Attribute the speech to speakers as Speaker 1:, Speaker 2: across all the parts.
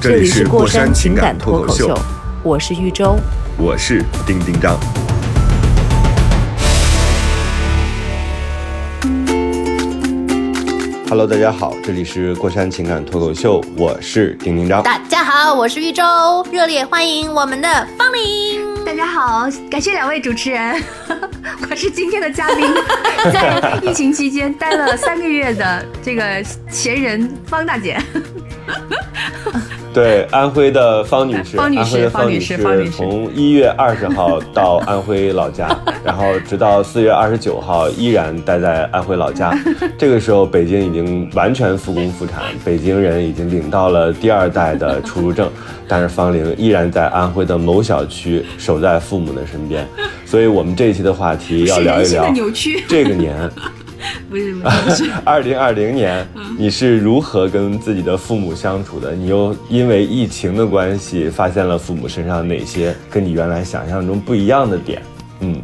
Speaker 1: 这里是过山
Speaker 2: 山
Speaker 1: 情感
Speaker 2: 感
Speaker 1: 脱口
Speaker 2: 口
Speaker 1: 秀，我是豫州。
Speaker 2: 我是丁丁张。Hello，大家好，这里是过山情感脱口秀，我是丁丁张。
Speaker 3: 大家好，我是玉州，热烈欢迎我们的芳龄。
Speaker 4: 大家好，感谢两位主持人， 我是今天的嘉 宾，在疫情期间待了三个月的这个闲人方大姐。
Speaker 5: 对，安徽的方女士，
Speaker 4: 哎方女士
Speaker 5: 安徽的方
Speaker 4: 方女士方女士
Speaker 5: 从一月二十号到安徽老家，然后直到四月二十九号依然待在安徽老 家。这个时候，北京已经完全复工复产，北京人已经领到了第二代的出入证，但是方玲依然在安徽的某小区守在父母的身边。所以我们这一期的话题要
Speaker 4: 是
Speaker 5: 聊
Speaker 4: 人
Speaker 5: 一
Speaker 4: 性的
Speaker 5: 聊
Speaker 4: 扭曲，
Speaker 5: 这个年
Speaker 4: 不是不是，
Speaker 5: 二零二零年，你是如何跟自己的父母相处的？你又因为疫情的关系，发现了父母身上哪些跟你原来想象中不一样的点？嗯，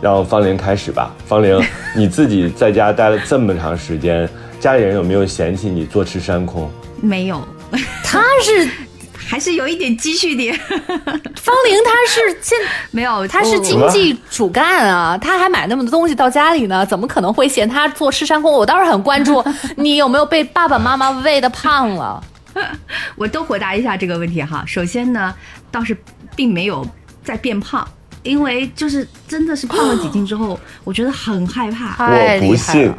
Speaker 5: 让方玲开始吧。方玲，你自己在家待了这么长时间，家里人有没有嫌弃你坐吃山空？
Speaker 4: 没有，
Speaker 3: 他是
Speaker 4: 还是有一点 积蓄的，
Speaker 3: 芳龄，他是现
Speaker 4: 没有，
Speaker 3: 他
Speaker 1: 哦
Speaker 3: 是经
Speaker 4: 我
Speaker 3: 济主干啊，他还买那么多东西到家里呢，怎么可能会嫌他坐吃山空？我倒是很关注 你有没有被爸爸妈妈喂的胖了。
Speaker 4: 我都回答一下这个问题哈。首先呢，倒是并没有在变胖，因为就是真的是胖了几斤之后，我觉得很害怕。
Speaker 3: 太
Speaker 5: 我
Speaker 3: 厉
Speaker 5: 不
Speaker 3: 害
Speaker 5: 信
Speaker 3: 了，，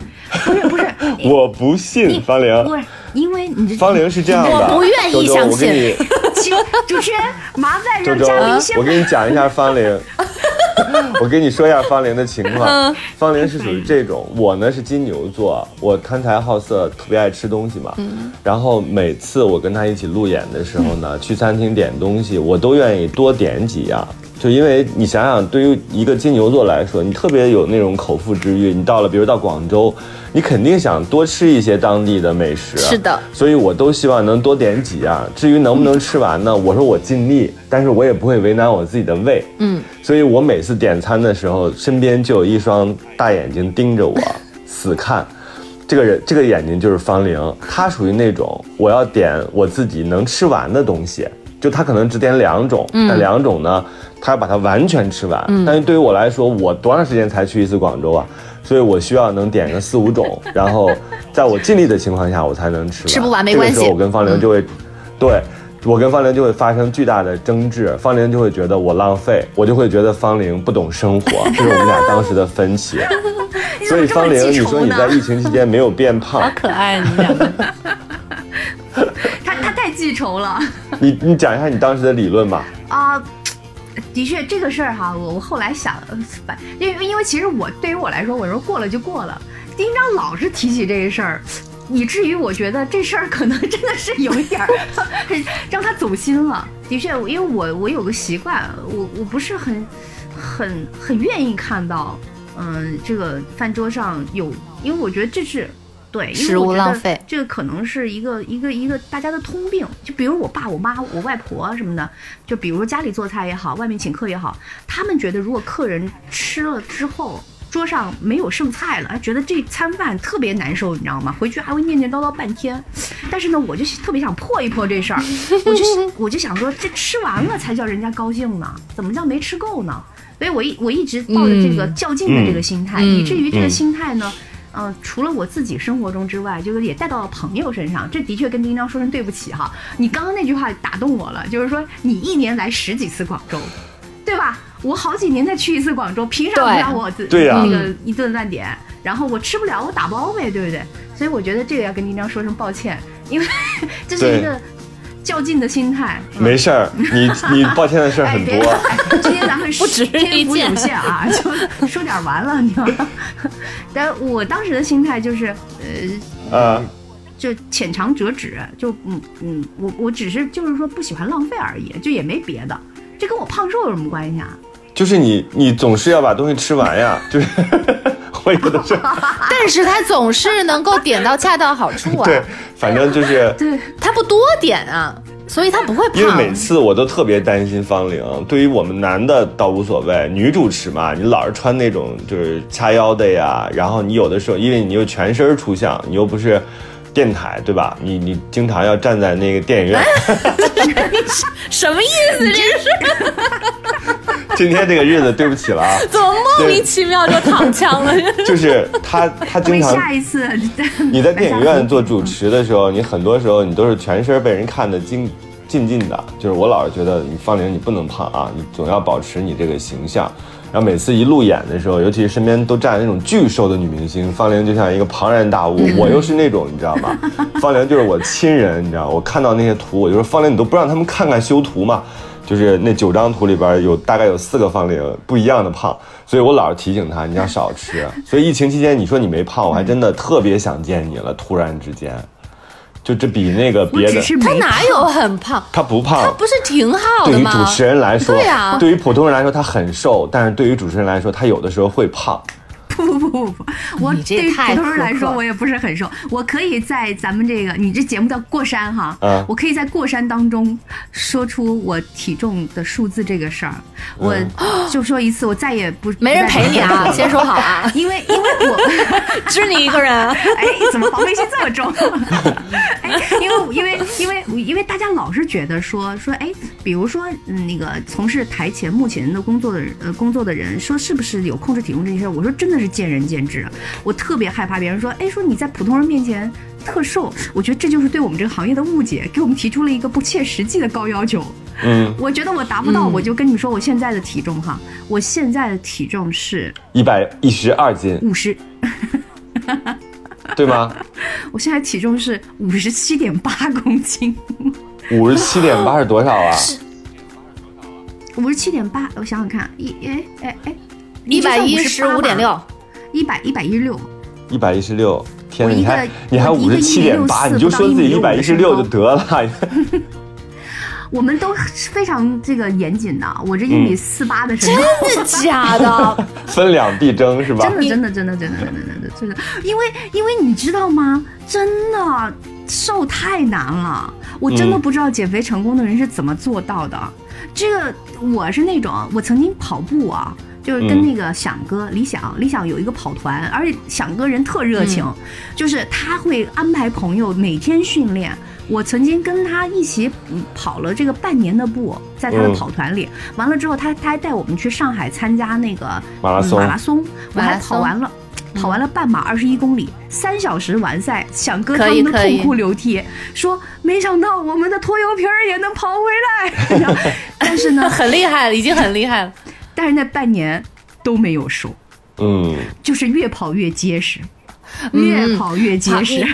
Speaker 4: 不是不是，
Speaker 5: 我不信，方
Speaker 4: 不
Speaker 5: 玲。
Speaker 4: 是，因为你这
Speaker 5: 方玲是这样的，
Speaker 3: 我不愿意
Speaker 5: 周周
Speaker 3: 相
Speaker 5: 我跟
Speaker 3: 信
Speaker 5: 你
Speaker 4: 请主持人麻烦
Speaker 5: 周
Speaker 4: 让
Speaker 5: 周
Speaker 4: 嘉宾先，
Speaker 5: 我跟你讲一下芳龄， 我跟你说一下芳龄的情况。
Speaker 3: 嗯
Speaker 5: 芳龄是属于这种，我呢是金牛座，我贪财好色，特别爱吃东西嘛。
Speaker 3: 嗯
Speaker 5: 然后每次我跟他一起路演的时候呢，去餐厅点东西，我都愿意多点几样。就因为你想想，对于一个金牛座来说，你特别有那种口腹之欲。你到了，比如到广州，你肯定想多吃一些当地的美食。
Speaker 3: 是的，
Speaker 5: 所以我都希望能多点几样。至于能不能吃完呢？我说我尽力，但是我也不会为难我自己的胃。
Speaker 3: 嗯，
Speaker 5: 所以我每次点餐的时候，身边就有一双大眼睛盯着我， 死看。这个人，这个眼睛就是方玲，她属于那种我要点我自己能吃完的东西，就她可能只点两种，
Speaker 3: 嗯
Speaker 5: 但两种呢，她要把它完全吃完。但是对于我来说，我多长时间才去一次广州啊？所以我需要能点个四五种，然后在我尽力的情况下，我才能吃完。
Speaker 3: 吃不完没关系
Speaker 5: 这个时候我跟方玲就会，对。我跟方玲就会发生巨大的争执，方玲就会觉得我浪费，我就会觉得方玲不懂生活， 这是我们俩当时的分歧。嗯所以方玲，你说你在疫情期间没有变
Speaker 3: 好
Speaker 5: 胖，
Speaker 3: 可爱，你们两个
Speaker 4: 他他太记仇了
Speaker 5: 你你讲一下你当时的理论吧。
Speaker 4: 啊。的确，这个事儿哈，我我后来想，呃反因为因为其实我对于我来说，我说过了就过了。丁章老是提起这个事儿，以至于我觉得这事儿可能真的是有一 点儿让他走心了。的确，因为我我有个习惯，我我不是很很很愿意看到，嗯，这个饭桌上有，因为我觉得这是对因为
Speaker 3: 食物
Speaker 4: 我觉得
Speaker 3: 浪费
Speaker 4: 这个可能是一个一个一个大家的通病。就比如我爸、我妈、我外婆啊什么的，就比如家里做菜也好，外面请客也好，他们觉得如果客人吃了之后。桌上没有剩菜了，哎觉得这餐饭特别难受，你知道吗？回去还会念念叨叨半天。但是呢，我就特别想破一破这事儿， 我就我就想说，这吃完了才叫人家高兴呢，怎么叫没吃够呢？所以我一我一直抱着这个
Speaker 3: 嗯
Speaker 4: 较劲的这个心态，
Speaker 3: 嗯
Speaker 4: 以至于这个
Speaker 5: 嗯
Speaker 4: 心态呢，嗯、除了我自己生活中之外，就是也带到了朋友身上。这的确跟丁章说声对不起哈，你刚刚那句话打动我了，就是说你一年来十几次广州，对吧？我好几年再去一次广州，凭什么
Speaker 3: 对
Speaker 4: 不让我自
Speaker 5: 对呀
Speaker 4: 那个一顿乱点？然后我吃不了，我打包呗，对不对？所以我觉得这个要跟丁章说声抱歉，因为 这是一个较劲的心态。嗯
Speaker 5: 没事儿，你你抱歉的事儿
Speaker 4: 哎，
Speaker 5: 很
Speaker 4: 别，
Speaker 5: 多。
Speaker 4: 哎今天 咱们
Speaker 3: 不止
Speaker 4: 篇幅
Speaker 3: 一件
Speaker 4: 有 限啊，就说点完了，你知道吗？但我当时的心态就是，呃，
Speaker 5: 呃，
Speaker 4: 就浅尝辄止，就嗯嗯，我我只是就是说不喜欢浪费而已，就也没别的。这跟我胖瘦有什么关系啊？
Speaker 5: 就是你你总是要把东西吃完呀，就是 我有的 是
Speaker 3: 但是他总是能够点到恰到好处啊，
Speaker 5: 对，反正就是。
Speaker 4: 对，
Speaker 3: 他不多点啊，所以他不会
Speaker 5: 因为
Speaker 3: 胖。
Speaker 5: 每次我都特别担心方玲，对于我们男的倒无所谓，女主持嘛，你老是穿那种就是掐腰的呀，然后你有的时候因为你又全身出相，你又不是电台对吧？你你经常要站在那个电影院，
Speaker 3: 什么意思？这是
Speaker 5: 今天这个日子对不起了啊，
Speaker 3: 怎么莫名其妙就躺枪了？
Speaker 5: 就是他他
Speaker 4: 所
Speaker 5: 经
Speaker 4: 以
Speaker 5: 常
Speaker 4: 下一次
Speaker 5: 你在电影院做主持的时候，你很多时候你都是全身被人看得精进进的。就是我老是觉得你方玲你不能胖啊，你总要保持你这个形象。然后每次一路演的时候，尤其是身边都站那种巨瘦的女明星，方玲就像一个庞然大物，我又是那种你知道吗？方玲就是我亲人，你知道，我看到那些图，我就说方玲你都不让他们看看修图嘛。就是那九张图里边有大概有四个方龄不一样的胖，所以我老是提醒他，你要少吃。所以疫情期间你说你没胖，我还真的特别想见你了，突然之间，就这比那个
Speaker 4: 我
Speaker 5: 别
Speaker 4: 只
Speaker 5: 的
Speaker 4: 是
Speaker 3: 他
Speaker 4: 没
Speaker 3: 哪有很胖？
Speaker 5: 他不
Speaker 3: 他
Speaker 5: 胖。
Speaker 3: 不是挺好
Speaker 5: 对
Speaker 3: 的
Speaker 5: 于
Speaker 3: 吗？
Speaker 5: 主持人来说，
Speaker 3: 对啊
Speaker 5: 对于普通人来说他很瘦，但是对于主持人来说，他有的时候会胖。
Speaker 4: 不不不不，我
Speaker 3: 你 这
Speaker 4: 对于
Speaker 3: 太
Speaker 4: 普通人
Speaker 3: 苛
Speaker 4: 来说，
Speaker 3: 刻
Speaker 4: 我也不是很瘦。我可以在咱们这个你这节目叫过山哈，
Speaker 5: 嗯
Speaker 4: 我可以在过山当中说出我体重的数字这个事儿。我
Speaker 5: 嗯
Speaker 4: 就说一次，我再也不
Speaker 3: 没人陪你啊，先说好 啊，
Speaker 4: 因为因为我
Speaker 3: 只你一个人啊。
Speaker 4: 哎，怎么防备心这么重？ 哎，因为因为因为因为大家老是觉得说说哎，比如说、嗯、那个从事台前幕前的工作的人呃工作的人，说是不是有控制体重这件事儿？我说真的是见仁见智。啊我特别害怕别人说哎说你在普通人面前特瘦，我觉得这就是对我们这个行业的误解，给我们提出了一个不切实际的高要求。
Speaker 5: 嗯，
Speaker 4: 我觉得我达不到，
Speaker 3: 嗯
Speaker 4: 我就跟你们说我现在的体重哈，我现在的体重是
Speaker 5: 一百一十二斤，
Speaker 4: 五十
Speaker 5: 对吗？
Speaker 4: 我现在体重是五十七点八公斤，
Speaker 5: 五十七点八是多少 啊？
Speaker 4: 五十七点八，我想想看，一哎哎哎，
Speaker 3: 一百一十五点六，
Speaker 4: 一百一百一十六，
Speaker 5: 一百一十六。天哪，
Speaker 4: 我一
Speaker 5: 你
Speaker 4: 个
Speaker 5: 还你还
Speaker 4: 我一
Speaker 5: 五
Speaker 4: 个
Speaker 5: 十七点八，
Speaker 4: 1.64
Speaker 5: 你就说自己一
Speaker 4: 不到
Speaker 5: 百
Speaker 4: 1.65
Speaker 5: 一十六就得了。
Speaker 4: 我们都是非常这个严谨的，我这一米四八的身高。
Speaker 3: 真的假的？
Speaker 5: 分两必争是吧？
Speaker 4: 真的真的真的真的真的真的真的，因为因为你知道吗？真的瘦太难了，我真的
Speaker 5: 嗯
Speaker 4: 不知道减肥成功的人是怎么做到的。这个我是那种，我曾经跑步啊，就是跟
Speaker 5: 嗯
Speaker 4: 那个响哥李想，李想有一个跑团，而且响哥人特热情，
Speaker 5: 嗯
Speaker 4: 就是他会安排朋友每天训练。我曾经跟他一起嗯跑了这个半年的步，在他的
Speaker 5: 嗯
Speaker 4: 跑团里，完了之后他他还带我们去上海参加那个
Speaker 5: 马拉
Speaker 4: 嗯
Speaker 5: 松
Speaker 4: 马拉松，我
Speaker 3: 马
Speaker 4: 还
Speaker 3: 拉
Speaker 4: 跑
Speaker 3: 松嗯
Speaker 4: 完了，跑完了半马二十一公里，三小时完赛，响哥他
Speaker 3: 可以
Speaker 4: 们都
Speaker 3: 可以
Speaker 4: 痛哭流涕，说没想到我们的拖油瓶儿也能跑回来。 然后但是呢，
Speaker 3: 很厉害了，已经很厉害了。
Speaker 4: 但是那半年都没有瘦，
Speaker 5: 嗯，
Speaker 4: 就是越跑越结实，越
Speaker 3: 嗯
Speaker 4: 跑越结
Speaker 3: 跑
Speaker 4: 实，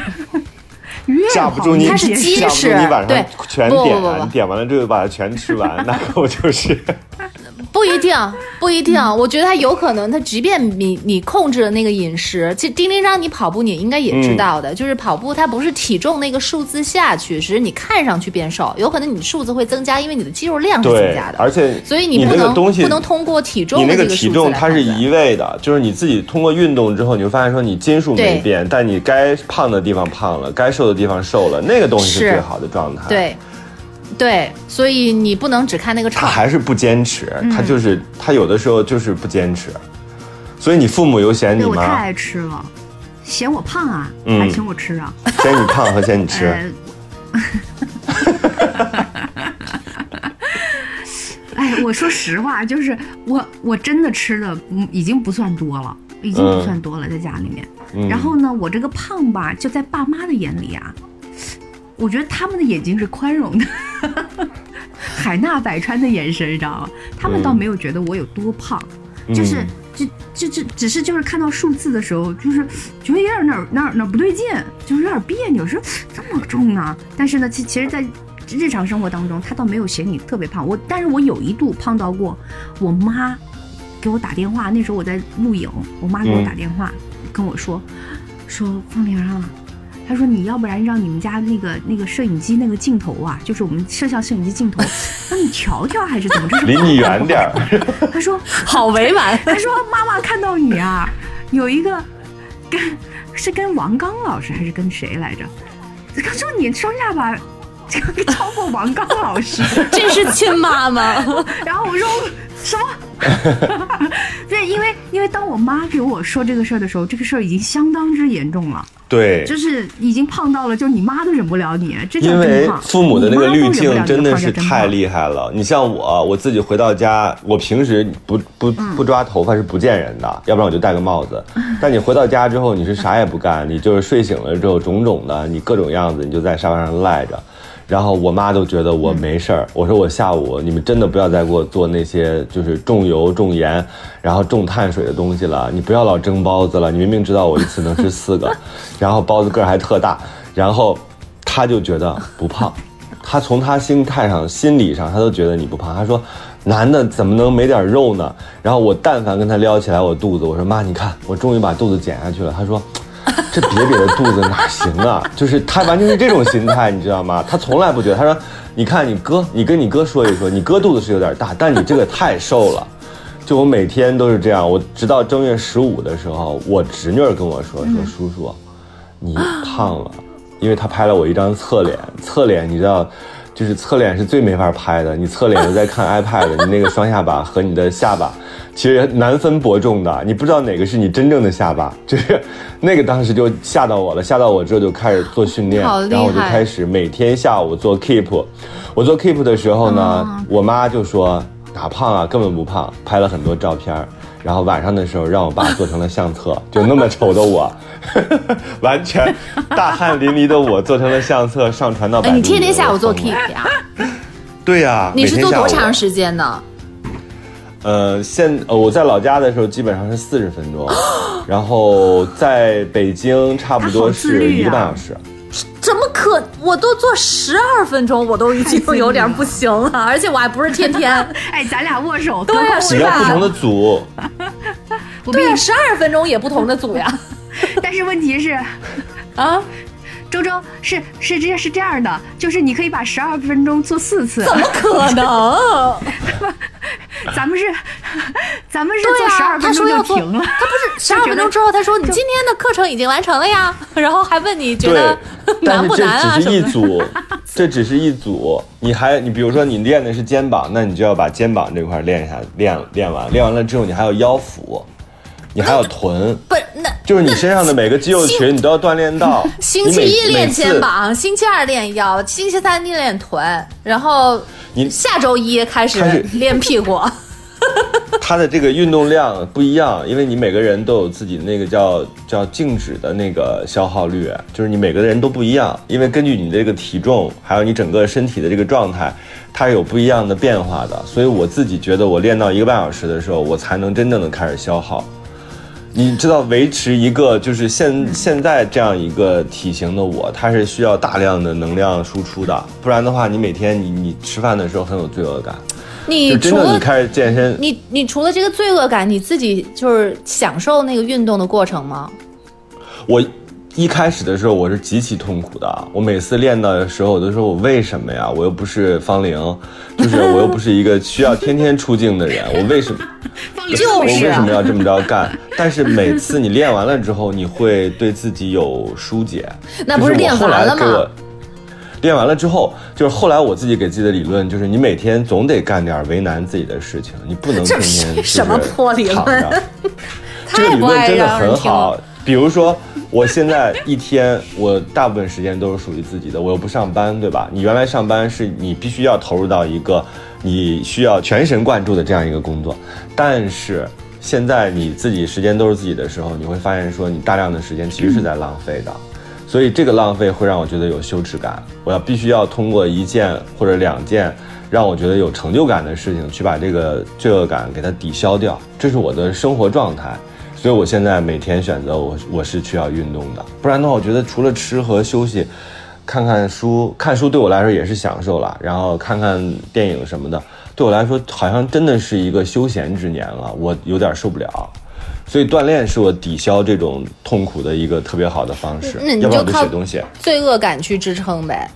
Speaker 4: 越
Speaker 5: 架不住你，
Speaker 4: 跑
Speaker 3: 它
Speaker 4: 越
Speaker 3: 是基
Speaker 4: 结实。
Speaker 5: 架不住你晚
Speaker 3: 对
Speaker 5: 上全
Speaker 3: 不不
Speaker 5: 点
Speaker 3: 不
Speaker 5: 完，
Speaker 3: 不
Speaker 5: 你点完了之后把它全吃 完，那我就是
Speaker 3: 不一定，不一定。
Speaker 5: 嗯
Speaker 3: 我觉得他有可能，他即便你你控制了那个饮食，其实丁丁让你跑步，你应该也知道
Speaker 5: 嗯
Speaker 3: 的，就是跑步它不是体重那个数字下去，只是你看上去变瘦，有可能你的数字会增加，因为你的肌肉量是增
Speaker 5: 对
Speaker 3: 加，的，
Speaker 5: 而且
Speaker 3: 所以
Speaker 5: 你
Speaker 3: 不
Speaker 5: 那个
Speaker 3: 能
Speaker 5: 东西
Speaker 3: 不能通过体重
Speaker 5: 你
Speaker 3: 的
Speaker 5: 那
Speaker 3: 这
Speaker 5: 个
Speaker 3: 数
Speaker 5: 体
Speaker 3: 字
Speaker 5: 重
Speaker 3: 来
Speaker 5: 它是
Speaker 3: 判断
Speaker 5: 一位的，就是你自己通过运动之后，你会发现说你斤数没
Speaker 3: 对
Speaker 5: 变，但你该胖的地方胖了，该瘦的地方瘦了，那个东西是
Speaker 3: 是
Speaker 5: 最好的状态。，
Speaker 3: 对对，所以你不能只看那个
Speaker 5: 他
Speaker 3: 秤。
Speaker 5: 还是不坚持，
Speaker 3: 嗯
Speaker 5: 他就是他有的时候就是不坚持，所以你父母有嫌你
Speaker 4: 对我太
Speaker 5: 吗？
Speaker 4: 爱吃了，嫌我胖啊，
Speaker 5: 嗯
Speaker 4: 还请我吃啊。
Speaker 5: 嫌你胖和嫌你吃。
Speaker 4: 呃 哎，我说实话，就是我我真的吃的嗯已经不算多了，已经不算多了，在家里面。
Speaker 5: 嗯
Speaker 4: 然后呢，我这个胖吧，就在爸妈的眼里啊，我觉得他们的眼睛是宽容的， 海纳百川的眼神，你知道吗？他们倒
Speaker 5: 嗯
Speaker 4: 没有觉得我有多胖，就是
Speaker 5: 嗯
Speaker 4: 就就就只是就是看到数字的时候，就是觉得有点哪儿哪儿哪儿不对劲，就是有点别扭，说这么重呢、但是呢，其其实，在日常生活当中，他倒没有嫌你特别胖。我，但是我有一度胖到过，我妈给我打电话，那时候我在录影，我妈给我
Speaker 5: 嗯
Speaker 4: 打电话、跟我说，说方玲儿啊，他说你要不然让你们家那个那个摄影机那个镜头啊，就是我们摄像摄影机镜 头，让你调调还是怎么？这是
Speaker 5: 离你远点 儿。
Speaker 4: 他说
Speaker 1: 好委婉。
Speaker 4: 他说妈妈看到你啊，有一个跟是跟王刚老师还是跟谁来着？他说你双下巴。超过王刚老师，
Speaker 1: 这是亲 妈吗？
Speaker 4: 然后我说什么？ 对，因为因为当我妈给我说这个事儿的时候，这个事儿已经相当之严重了，
Speaker 5: 对，
Speaker 4: 就是已经胖到了，就是你妈都忍不了你，这叫
Speaker 5: 因为
Speaker 4: 真胖。
Speaker 5: 父母的那个滤镜真的是太
Speaker 4: 害。
Speaker 5: 厉害了。你像我，我自己回到家，我平时不不
Speaker 4: 嗯
Speaker 5: 不抓头发是不见人的，要不然我就戴个帽子。但你回到家之后，你是啥也不干，你就是睡醒了之后种种的，你各种样子，你就在沙发上赖着。然后我妈都觉得我没事儿，我说我下午你们真的不要再给我做那些就是重油、重盐，然后重碳水的东西了，你不要老蒸包子了，你明明知道我一次能吃四个， 然后包子个儿还特大，然后她就觉得不胖，她从她心态上、心理上，她都觉得你不胖，她说。男的怎么能没点肉呢？然后我但凡跟她撩起来我肚子，我说妈，你看我终于把肚子减下去了。她说， 这瘪瘪的肚子哪行啊？就是他完全是这种心态，你知道吗？他从来不觉得，他说，你看你哥，你跟你哥说一说，你哥肚子是有点大，但你这个太瘦了。就我每天都是这样，我直到正月十五的时候，我侄女儿跟我说
Speaker 3: 嗯
Speaker 5: 说，叔叔，你胖了，因为她拍了我一张侧脸，侧脸你知道。就是侧脸是最没法拍的，你侧脸又在 看 iPad，你那个双下巴和你的下巴其实难分伯仲的，你不知道哪个是你真正的下巴，就是那个当时就吓到我了，吓到我之后就开始做训练
Speaker 3: 好，厉
Speaker 5: 然后我就
Speaker 3: 害
Speaker 5: 开始每天下午做 keep，我
Speaker 3: 嗯
Speaker 5: 做 keep 的时候呢，
Speaker 3: 啊
Speaker 5: 我妈就说哪胖啊，根本不胖，拍了很多照片儿。然后晚上的时候，让我爸做成了相册， 就那么丑的我， 完全大汗淋漓的我做成了相 册，上传到百
Speaker 3: 哎，
Speaker 5: 度。
Speaker 3: 你天天下午做
Speaker 5: 我疯了
Speaker 3: keep 呀？
Speaker 5: 对呀、
Speaker 3: 你是
Speaker 5: 每天
Speaker 3: 做
Speaker 5: 下午
Speaker 3: 多长？时间呢？
Speaker 5: 呃，现呃我在老家的时候基本上是四十分 钟，然后在北京差不多
Speaker 3: 啊
Speaker 5: 是一个半小时。
Speaker 1: 怎么可？我都做十二分钟，我都已经有点不行了， 而且我还不是天天。
Speaker 4: 哎，咱俩握手，
Speaker 1: 对呀、
Speaker 4: 多
Speaker 1: 是
Speaker 5: 你要不同
Speaker 1: 吧？
Speaker 5: 的组，
Speaker 4: 不必
Speaker 5: 啊
Speaker 1: 对呀、啊十二分钟也不同的组呀。
Speaker 4: 但是问题是，
Speaker 1: 啊，
Speaker 4: 周周是是这是这样的，就是你可以把十二分钟做四次，
Speaker 1: 怎么可 能？
Speaker 4: 咱们是咱们是
Speaker 1: 对
Speaker 4: 做十
Speaker 1: 呀、
Speaker 4: 二
Speaker 1: 他
Speaker 4: 分钟
Speaker 1: 说要
Speaker 4: 就
Speaker 1: 做，
Speaker 4: 停了。
Speaker 1: 他不是十二分钟之后，他说你今天的课程已经完成了 呀，然后还问你觉
Speaker 5: 对
Speaker 1: 得，
Speaker 5: 但
Speaker 1: 难
Speaker 5: 是
Speaker 1: 不
Speaker 5: 这
Speaker 1: 难啊
Speaker 5: 只
Speaker 1: 什
Speaker 5: 是一
Speaker 1: 么的。
Speaker 5: 组，这只是一组。你还你比如说你练的是肩膀，那你就要把肩膀这块练一下，练练完，练完了之后你还有腰腹，你还有臀，
Speaker 1: 不是那
Speaker 5: 就是你身上的每个肌肉群你都要锻炼 到。
Speaker 3: 星
Speaker 5: 你
Speaker 3: 期
Speaker 5: 每
Speaker 3: 一
Speaker 5: 每
Speaker 3: 练
Speaker 5: 次
Speaker 3: 肩膀，星期二练腰，星期三练臀，然后
Speaker 5: 你
Speaker 3: 下周一开始
Speaker 5: 开始
Speaker 3: 练屁股。
Speaker 5: 它的这个运动量不一样，因为你每个人都有自己的那个叫叫静止的那个消耗率，就是你每个人都不一样，因为根据你这个体重，还有你整个身体的这个状态，它有不一样的变化的。所以我自己觉得，我练到一个半小时的时候，我才能真正的开始消耗。你知道，维持一个就是现现在这样一个体型的我，它是需要大量的能量输出的，不然的话，你每天你你吃饭的时候很有罪恶感。
Speaker 3: 你
Speaker 5: 就真
Speaker 3: 除
Speaker 5: 正你
Speaker 3: 了
Speaker 5: 开始健身，
Speaker 3: 你你除了这个罪恶感，你自己就是享受那个运动的过程吗？
Speaker 5: 我一开始的时候我是极其痛苦的，啊我每次练的时候我都说我为什么呀？我又不是方玲，就是我又不是一个需要天天出镜的人，我为 什么？我为什么要这么着干？但是每次你练完了之后，你会对自己有疏解。
Speaker 3: 那不是
Speaker 5: 就是
Speaker 3: 练
Speaker 5: 我后
Speaker 3: 完
Speaker 5: 来
Speaker 3: 了
Speaker 5: 给我
Speaker 3: 吗？
Speaker 5: 练完了之后，就是后来我自己给自己的理论就是，你每天总得干点为难自己的事情，你不能天天就是
Speaker 1: 什么破理论
Speaker 5: 躺着这个
Speaker 3: 太
Speaker 5: 理
Speaker 3: 不
Speaker 5: 论
Speaker 3: 爱
Speaker 5: 真的
Speaker 3: 让人
Speaker 5: 很
Speaker 3: 听
Speaker 5: 好。比如说，我现在一天我大部分时间都是属于自己的，我又不上班，对吧？你原来上班是你必须要投入到一个你需要全神贯注的这样一个工作，但是现在你自己时间都是自己的时候，你会发现说你大量的时间其实是在浪费的。所以这个浪费会让我觉得有羞耻感，我要必须要通过一件或者两件让我觉得有成就感的事情，去把这个罪恶感给它抵消掉，这是我的生活状态。所以我现在每天选择我我是去要运动的，不然的话，我觉得除了吃和休息，看看书，看书对我来说也是享受了，然后看看电影什么的，对我来说好像真的是一个休闲之年了，我有点受不了。所以锻炼是我抵消这种痛苦的一个特别好的方式。
Speaker 3: 那你
Speaker 5: 要不然
Speaker 3: 就
Speaker 5: 我就
Speaker 3: 靠
Speaker 5: 写东西。
Speaker 3: 罪恶感去支撑呗。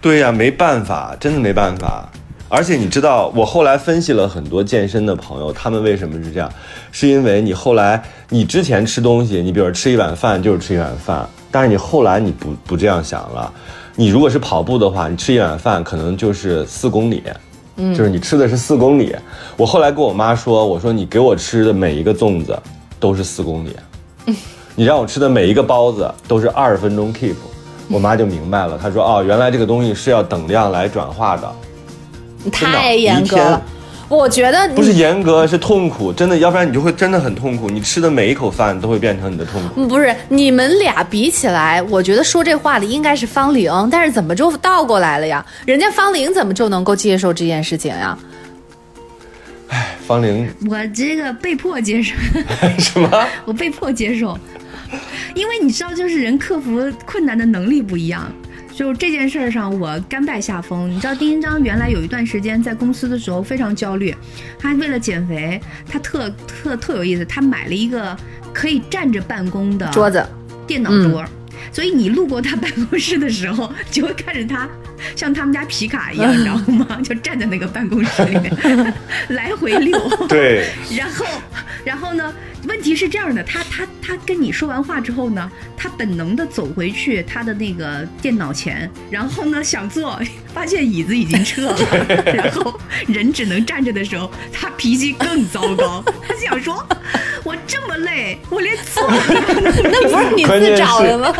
Speaker 5: 对呀、没办法，真的没办法。而且你知道，我后来分析了很多健身的朋友，他们为什么是这样？是因为你后来，你之前吃东西，你比如吃一碗饭就是吃一碗饭，但是你后来你不不这样想了。你如果是跑步的话，你吃一碗饭可能就是四公里，嗯，就是你吃的是四公里。我后来跟我妈说，我说你给我吃的每一个粽子都是四公里，你让我吃的每一个包子都是二十分钟 keep，我妈就明白了，她说哦，原来这个东西是要等量来转化的，
Speaker 3: 你
Speaker 5: 真的
Speaker 6: 啊
Speaker 3: 太严格了，我觉得
Speaker 5: 不
Speaker 3: 你
Speaker 5: 是严格，是痛苦，真的，要不然你就会真的很痛苦，你吃的每一口饭都会变成你的痛苦。
Speaker 3: 不是你们俩比起来，我觉得说这话的应该是方玲，但是怎么就倒过来了呀？人家方玲怎么就能够接受这件事情呀？
Speaker 5: 方玲
Speaker 4: 我这个被迫接受，
Speaker 5: 什么？
Speaker 4: 我被迫接受，因为你知道，就是人克服困难的能力不一样。就这件事儿上，我甘拜下风。你知道，丁一章原来有一段时间在公司的时候非常焦虑，他为了减肥，他特特特有意思，他买了一个可以站着办公
Speaker 6: 啊
Speaker 4: 的
Speaker 3: 桌子，
Speaker 4: 电脑桌，所以你路过他办公室的时候，就会看着他像他们家皮卡一样，你知道吗？就站在那个办公室里面来回溜。
Speaker 5: 对，
Speaker 4: 然后，然后呢？问题是这样的，他他他跟你说完话之后呢，他本能的走回去他的那个电脑前，然后呢想坐，发现椅子已经撤了，然后人只能站着的时候，他脾气更糟糕，他想说，我这么累，我连坐都不能
Speaker 3: 那不是你
Speaker 5: 关键
Speaker 3: 自
Speaker 5: 是
Speaker 3: 找 的吗？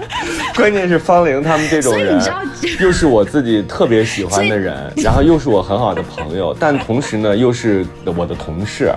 Speaker 5: 关键是方玲他们这种
Speaker 4: 所以
Speaker 5: 人
Speaker 4: 你知道，
Speaker 5: 又是我自己特别喜欢的人，然后又是我很好的朋友，但同时呢，又是我的同事。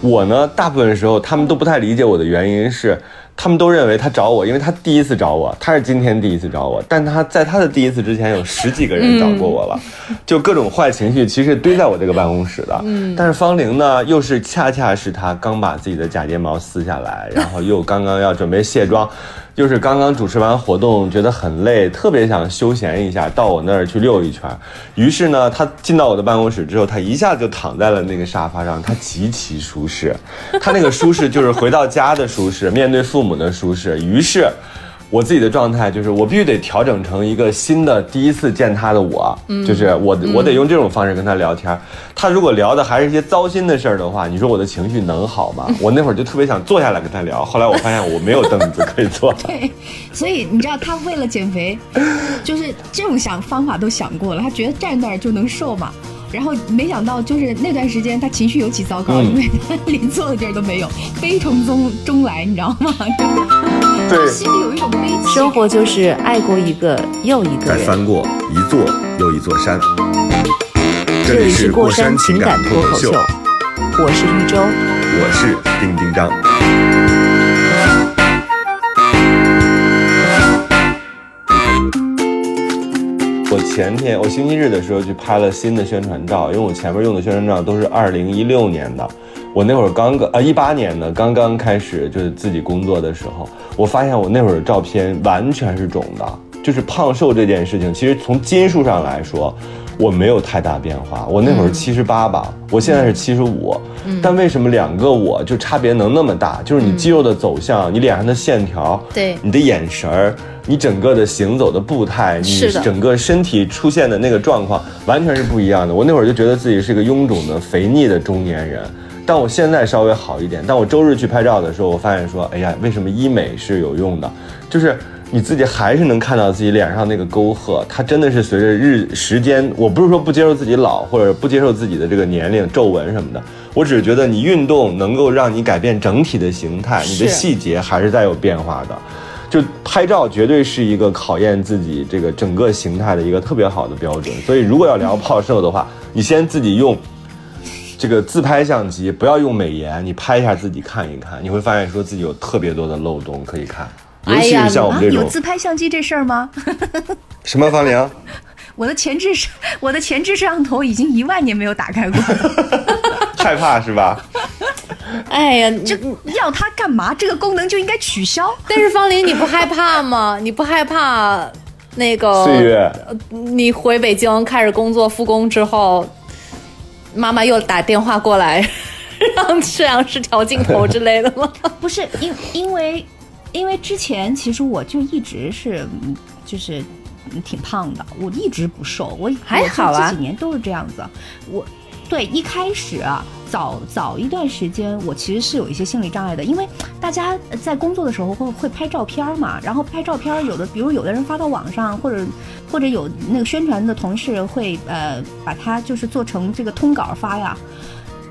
Speaker 5: 我呢，大部分时候他们都不太理解我的原因是，他们都认为他找我，因为他第一次找我，他是今天第一次找我，但他在他的第一次之前有十几个人找过我了，
Speaker 4: 嗯
Speaker 5: 就各种坏情绪其实堆在我这个办公室的。但是方玲呢，又是恰恰是她刚把自己的假睫毛撕下来，然后又刚刚要准备卸妆。又是刚刚主持完活动，觉得很累，特别想休闲一下，到我那儿去溜一圈。于是呢，他进到我的办公室之后，他一下就躺在了那个沙发上，他极其舒适。他那个舒适就是回到家的舒适，面对父母的舒适。于是，我自己的状态就是我必须得调整成一个新的第一次见他的我，
Speaker 6: 嗯
Speaker 5: 就是我我得用这种方式跟他聊天。他如果聊的还是一些糟心的事儿的话，你说我的情绪能好 吗？我那会儿就特别想坐下来跟他聊，后来我发现我没有凳子可以 坐。
Speaker 4: 对，所以你知道他为了减肥， 就是这种想方法都想过了，他觉得站那儿就能瘦嘛。然后没想到，就是那段时间他情绪尤其糟糕，
Speaker 5: 嗯
Speaker 4: 因为他连坐的地儿都没有，悲从中中来，你知道吗？
Speaker 5: 对
Speaker 4: 心里有一种悲戚。
Speaker 6: 生活就是爱过一个又一个
Speaker 2: 再
Speaker 6: 人。
Speaker 2: 翻过一座又一座山。
Speaker 6: 这里是过山情感脱口秀，我是一周。
Speaker 2: 我是丁丁张。
Speaker 5: 我前天我星期日的时候去拍了新的宣传照，因为我前面用的宣传照都是二零一六年的，我那会儿刚刚啊一八年的刚刚开始就是自己工作的时候，我发现我那会儿照片完全是肿的，就是胖瘦这件事情，其实从斤数上来说。我没有太大变化，我那会儿七十八吧，我现在是七十五，但为什么两个我就差别能那么大？就是你肌肉的走向，你脸上的线条，
Speaker 3: 对
Speaker 5: 你的眼神儿，你整个的行走的步态，你
Speaker 3: 是的
Speaker 5: 整个身体出现的那个状况完全是不一样的。我那会儿就觉得自己是一个臃肿的、肥腻的中年人，但我现在稍微好一点。但我周日去拍照的时候，我发现说，哎呀，为什么医美是有用的？就是你自己还是能看到自己脸上那个沟壑，它真的是随着日时间，我不是说不接受自己老或者不接受自己的这个年龄、皱纹什么的，我只是觉得你运动能够让你改变整体的形态，你的
Speaker 3: 是
Speaker 5: 细节还是在有变化的。就拍照绝对是一个考验自己这个整个形态的一个特别好的标准。所以如果要聊泡瘦的话，你先自己用这个自拍相机，不要用美颜，你拍一下自己看一看，你会发现说自己有特别多的漏洞可以看。尤其
Speaker 3: 哎呀
Speaker 5: 是像我们这种、
Speaker 4: 啊有自拍相机这事儿吗？
Speaker 5: 什么啊方玲，
Speaker 4: 我的前置摄， 我的前置摄像头已经一万年没有打开过，
Speaker 5: 害怕是吧？
Speaker 3: 哎呀，这
Speaker 4: 这要它干嘛？这个功能就应该取消。
Speaker 3: 但是方玲你不害怕 吗？你不害怕那
Speaker 4: 哦
Speaker 3: 个
Speaker 5: 岁月，
Speaker 3: 你回北京开始工作复工之后，妈妈又打电话过来， 上摄像师调镜头之类的吗？
Speaker 4: 呃不是因因为因为之前其实我就一直是嗯就是嗯挺胖的，我一直不瘦，我
Speaker 3: 还好
Speaker 4: 我
Speaker 3: 啊
Speaker 4: 这几年都是这样子。我对一开始啊，早早一段时间，我其实是有一些心理障碍的，因为大家在工作的时候会会拍照片儿嘛，然后拍照片儿有的，比如有的人发到网上，或者 或者有那个宣传的同事会呃把它就是做成这个通稿发呀。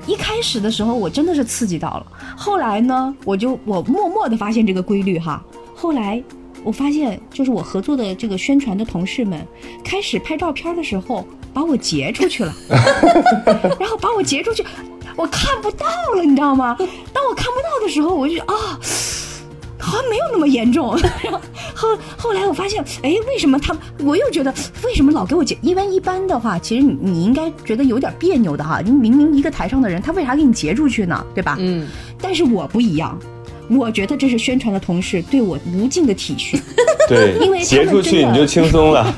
Speaker 4: 一开始的时候，我真的是刺激到了。后来呢，我就我默默的发现这个规律哈。后来我发现，就是我合作的这个宣传的同事们，开始拍照片的时候把我截出去了， 然后把我截出去，我看不到了，你知道吗？当我看不到的时候，我就觉得啊。好像没有那么严重， 然后后后来我发现，哎，为什么他们？我又觉得为什么老给我截？因为一般的话，其实你你应该觉得有点别扭的哈。你明明一个台上的人，他为啥给你截出去呢？对吧？
Speaker 3: 嗯，
Speaker 4: 但是我不一样，我觉得这是宣传的同事对我无尽的 体恤，因为他
Speaker 5: 对，
Speaker 4: 们
Speaker 5: 截出去
Speaker 4: 真的
Speaker 5: 你就轻松 了。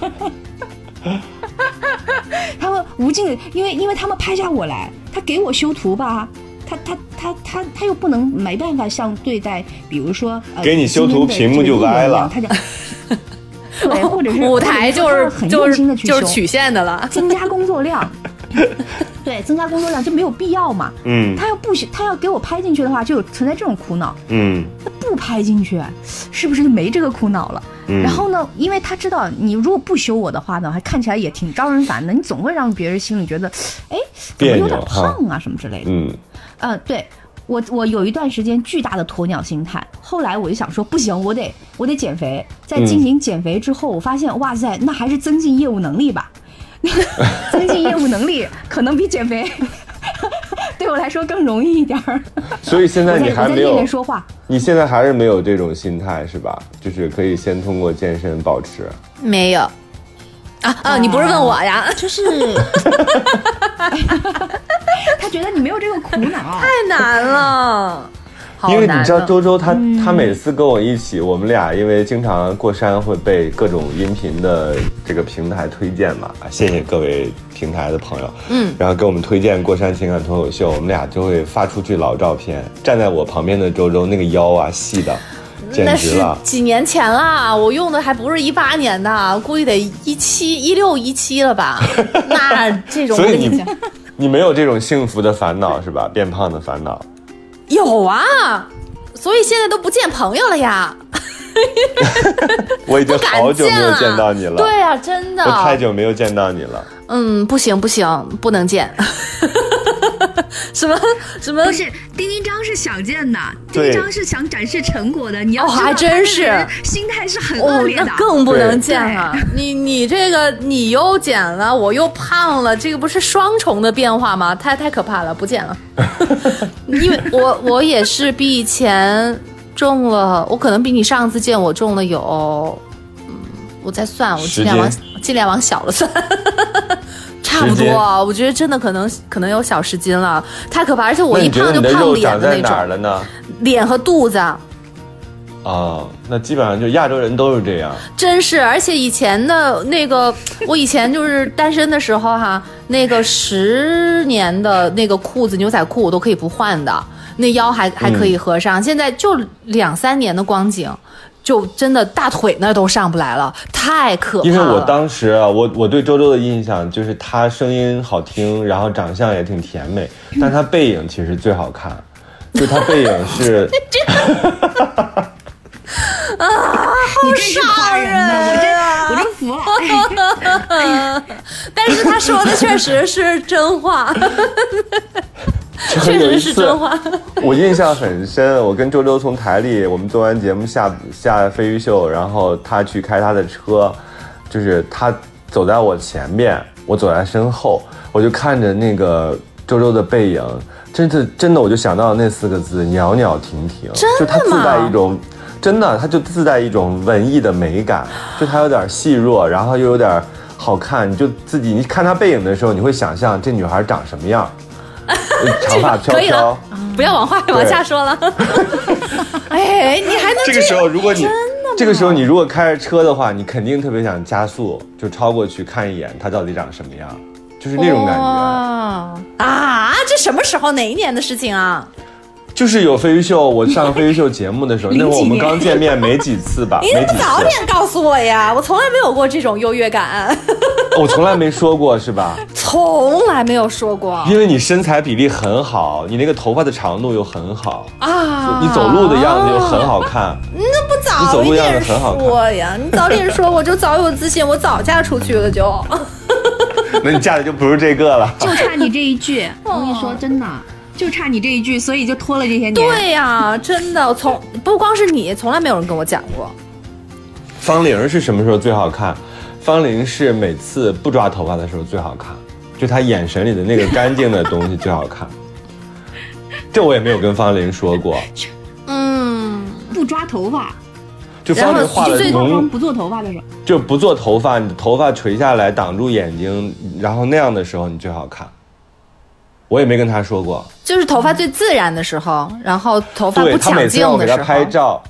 Speaker 4: 他们无尽的，因为因为他们拍下我来，他给我修图吧。他他他他他又不能没办法像对待，比如说、呃、
Speaker 5: 给你修图
Speaker 4: 今天的
Speaker 5: 屏幕
Speaker 4: 这
Speaker 5: 就
Speaker 4: 个
Speaker 5: 歪
Speaker 4: 艺人一
Speaker 5: 了
Speaker 4: 样他就 对，或者是
Speaker 3: 舞台就
Speaker 4: 或者
Speaker 3: 是
Speaker 4: 他很
Speaker 3: 就
Speaker 4: 用心的
Speaker 3: 是
Speaker 4: 去
Speaker 3: 就是
Speaker 4: 修，
Speaker 3: 曲线的了。
Speaker 4: 增加工 作量，对，增加工作量就没有必要嘛。
Speaker 5: 嗯
Speaker 4: 他要不许他要给我拍进去的话，就有存在这种苦恼。
Speaker 5: 嗯
Speaker 4: 他不拍进去，是不是就没这个苦恼了？
Speaker 5: 嗯。
Speaker 4: 然后呢，因为他知道你如果不修我的话呢，还看起来也挺招人烦的，你总会让别人心里觉得，哎，怎么有点胖啊什么之类的。
Speaker 5: 嗯，
Speaker 4: 嗯，对我我有一段时间巨大的鸵鸟心态，后来我就想说不行，我得我得减肥。在进行减肥之后，我发现哇塞，那还是增进业务能力吧， 增进业务能力可能比减肥 对我来说更容易一点儿。
Speaker 5: 所以现
Speaker 4: 我
Speaker 5: 在
Speaker 4: 在
Speaker 5: 你还
Speaker 4: 我在
Speaker 5: 没
Speaker 4: 练
Speaker 5: 有
Speaker 4: 练，说话。
Speaker 5: 你现在还是没有这种心态是吧？就是可以先通过健身保持。
Speaker 3: 没有啊啊！你不是问我呀？
Speaker 4: 就是，他觉得你没有这个苦 恼，
Speaker 1: 太难了，好
Speaker 5: 因为你
Speaker 1: 难
Speaker 5: 知道
Speaker 1: 啊
Speaker 5: 周周他、他每次跟我一起，我们俩因为经常过山会被各种音频的这个平台推荐嘛，啊谢谢各位平台的朋友，
Speaker 3: 嗯，
Speaker 5: 然后给我们推荐过山情感脱口秀，我们俩就会发出去老照片，站在我旁边的周周那个腰啊细的，简
Speaker 3: 那
Speaker 5: 直
Speaker 3: 是
Speaker 5: 了，
Speaker 3: 几年前了，我用的还不是一八年的，估计得一七一六一七了 吧？那这种我
Speaker 5: 所以
Speaker 3: 跟你
Speaker 5: 你
Speaker 3: 讲，
Speaker 5: 你没有这种幸福的烦恼是吧？变胖的烦恼，
Speaker 3: 有啊，所以现在都不见朋友了呀，
Speaker 5: 我已经
Speaker 3: 不敢
Speaker 5: 好久没有见到你了，
Speaker 3: 对啊，真的，
Speaker 5: 我太久没有见到你了，
Speaker 3: 嗯，不行不行，不能见。 什么什么
Speaker 4: 不？是丁丁张是想见的，丁
Speaker 5: 对
Speaker 4: 丁张是想展示成果的。你要
Speaker 3: 哦
Speaker 4: 知道
Speaker 3: 还
Speaker 4: 他这个
Speaker 3: 真是
Speaker 4: 人心态是很恶
Speaker 3: 哦，
Speaker 4: 劣
Speaker 3: 那
Speaker 4: 的。
Speaker 3: 更不
Speaker 5: 对
Speaker 3: 能见了。 你你这个你又减了，我又胖了，这个不是双重的变化吗？太太可怕了，不见了。因为我我也是比以前重了，我可能比你上次见我重了有，嗯，我再算，我尽量往
Speaker 5: 十
Speaker 3: 尽量往小了算。 差不
Speaker 5: 十斤
Speaker 3: 多，我觉得真的可能可能有小十斤了，太可怕！而且我
Speaker 5: 那
Speaker 3: 一
Speaker 5: 你觉
Speaker 3: 胖
Speaker 5: 得
Speaker 3: 就
Speaker 5: 你的
Speaker 3: 胖
Speaker 5: 肉
Speaker 3: 脸
Speaker 5: 长
Speaker 3: 的
Speaker 5: 在
Speaker 3: 那
Speaker 5: 哪儿
Speaker 3: 种，
Speaker 5: 了呢？
Speaker 3: 脸和肚子。
Speaker 5: 啊，那基本上就亚洲人都是这样，
Speaker 3: 真是，而且以前的那个， 我以前就是单身的时候哈，那个十年的那个裤子牛仔裤我都可以不换的，那腰还还可以合上。现在就两三年的光景，就真的大腿那儿都上不来了，太可怕了。
Speaker 5: 因为我当时啊，我我对周周的印象就是她声音好听，然后长相也挺甜美，但她背影其实最好看，就她背影是，
Speaker 4: 你真是夸人的，我真我真服 了。 哦
Speaker 3: 但是他说的确实是 真话，
Speaker 5: 就
Speaker 3: 确
Speaker 5: 有一
Speaker 3: 实是
Speaker 5: 次
Speaker 3: 真话。
Speaker 5: 我印象很深，我跟周周从台里，我们做完节目下下飞鱼秀，然后她去开她的车，就是她走在我前面，我走在身后，我就看着那个周周的背影，真的真的我就想到那四个字袅袅婷婷，就她自带一种。真的，她就自带一种文艺的美感，就她有点细弱，然后又有点好看。你就自己，你看她背影的时候，你会想象这女孩长什么样， 长发飘
Speaker 3: 可以
Speaker 5: 飘
Speaker 3: 了，不要往话往下说了。 哎，你还能
Speaker 5: 这个时候，如果你这个时候你如果开着车的话，你肯定特别想加速，就超过去看一眼他到底长什么样。
Speaker 2: 就是那种感觉。
Speaker 3: 哇啊，这什么时候哪一年的事情啊？
Speaker 5: 就是有飞鱼秀，我上飞鱼秀节目的 时候，那会儿我们刚见面没几次吧，
Speaker 3: 你
Speaker 5: 没
Speaker 3: 怎么
Speaker 5: 几
Speaker 3: 早
Speaker 5: 次，
Speaker 3: 点告诉我呀？我从来没有过这种优越感，
Speaker 5: 我从来没说过是 吧？
Speaker 3: 从来没有说过
Speaker 5: 因为你身材比例很好，你那个头发的长度又很好，
Speaker 3: 啊
Speaker 5: 你走路的样子又很好看，
Speaker 3: 那不早
Speaker 5: 你走
Speaker 3: 一
Speaker 5: 路样
Speaker 3: 点
Speaker 5: 子很好看
Speaker 3: 说呀？你早点说，我就早有自信，我早嫁出去了就。
Speaker 5: 那你嫁的就不是这个了。
Speaker 4: 就差你这一 句，我跟你说，真的，就差你这一句，所以就拖了这些年。
Speaker 3: 对呀、真的，从不光是你，从来没有人跟我讲过。
Speaker 5: 方玲是什么时候最好看？方玲是每次不抓头发的时候最好看，就她眼神里的那个干净的东西最好看。这我也没有跟方玲说过，
Speaker 3: 嗯，
Speaker 4: 不抓头发，
Speaker 5: 就方玲画
Speaker 3: 然后
Speaker 5: 了
Speaker 3: 最
Speaker 4: 化妆
Speaker 5: 浓
Speaker 4: 不做头发的时候，
Speaker 5: 就不做头发，你的头发垂下来挡住眼睛，然后那样的时候你最好看。我也没跟他说过，
Speaker 3: 就是头发最自然的时候，然后头发
Speaker 5: 对
Speaker 3: 不
Speaker 5: 他每
Speaker 3: 抢
Speaker 5: 次
Speaker 3: 镜
Speaker 5: 让我给
Speaker 3: 的
Speaker 5: 他
Speaker 3: 时候。
Speaker 5: 拍照，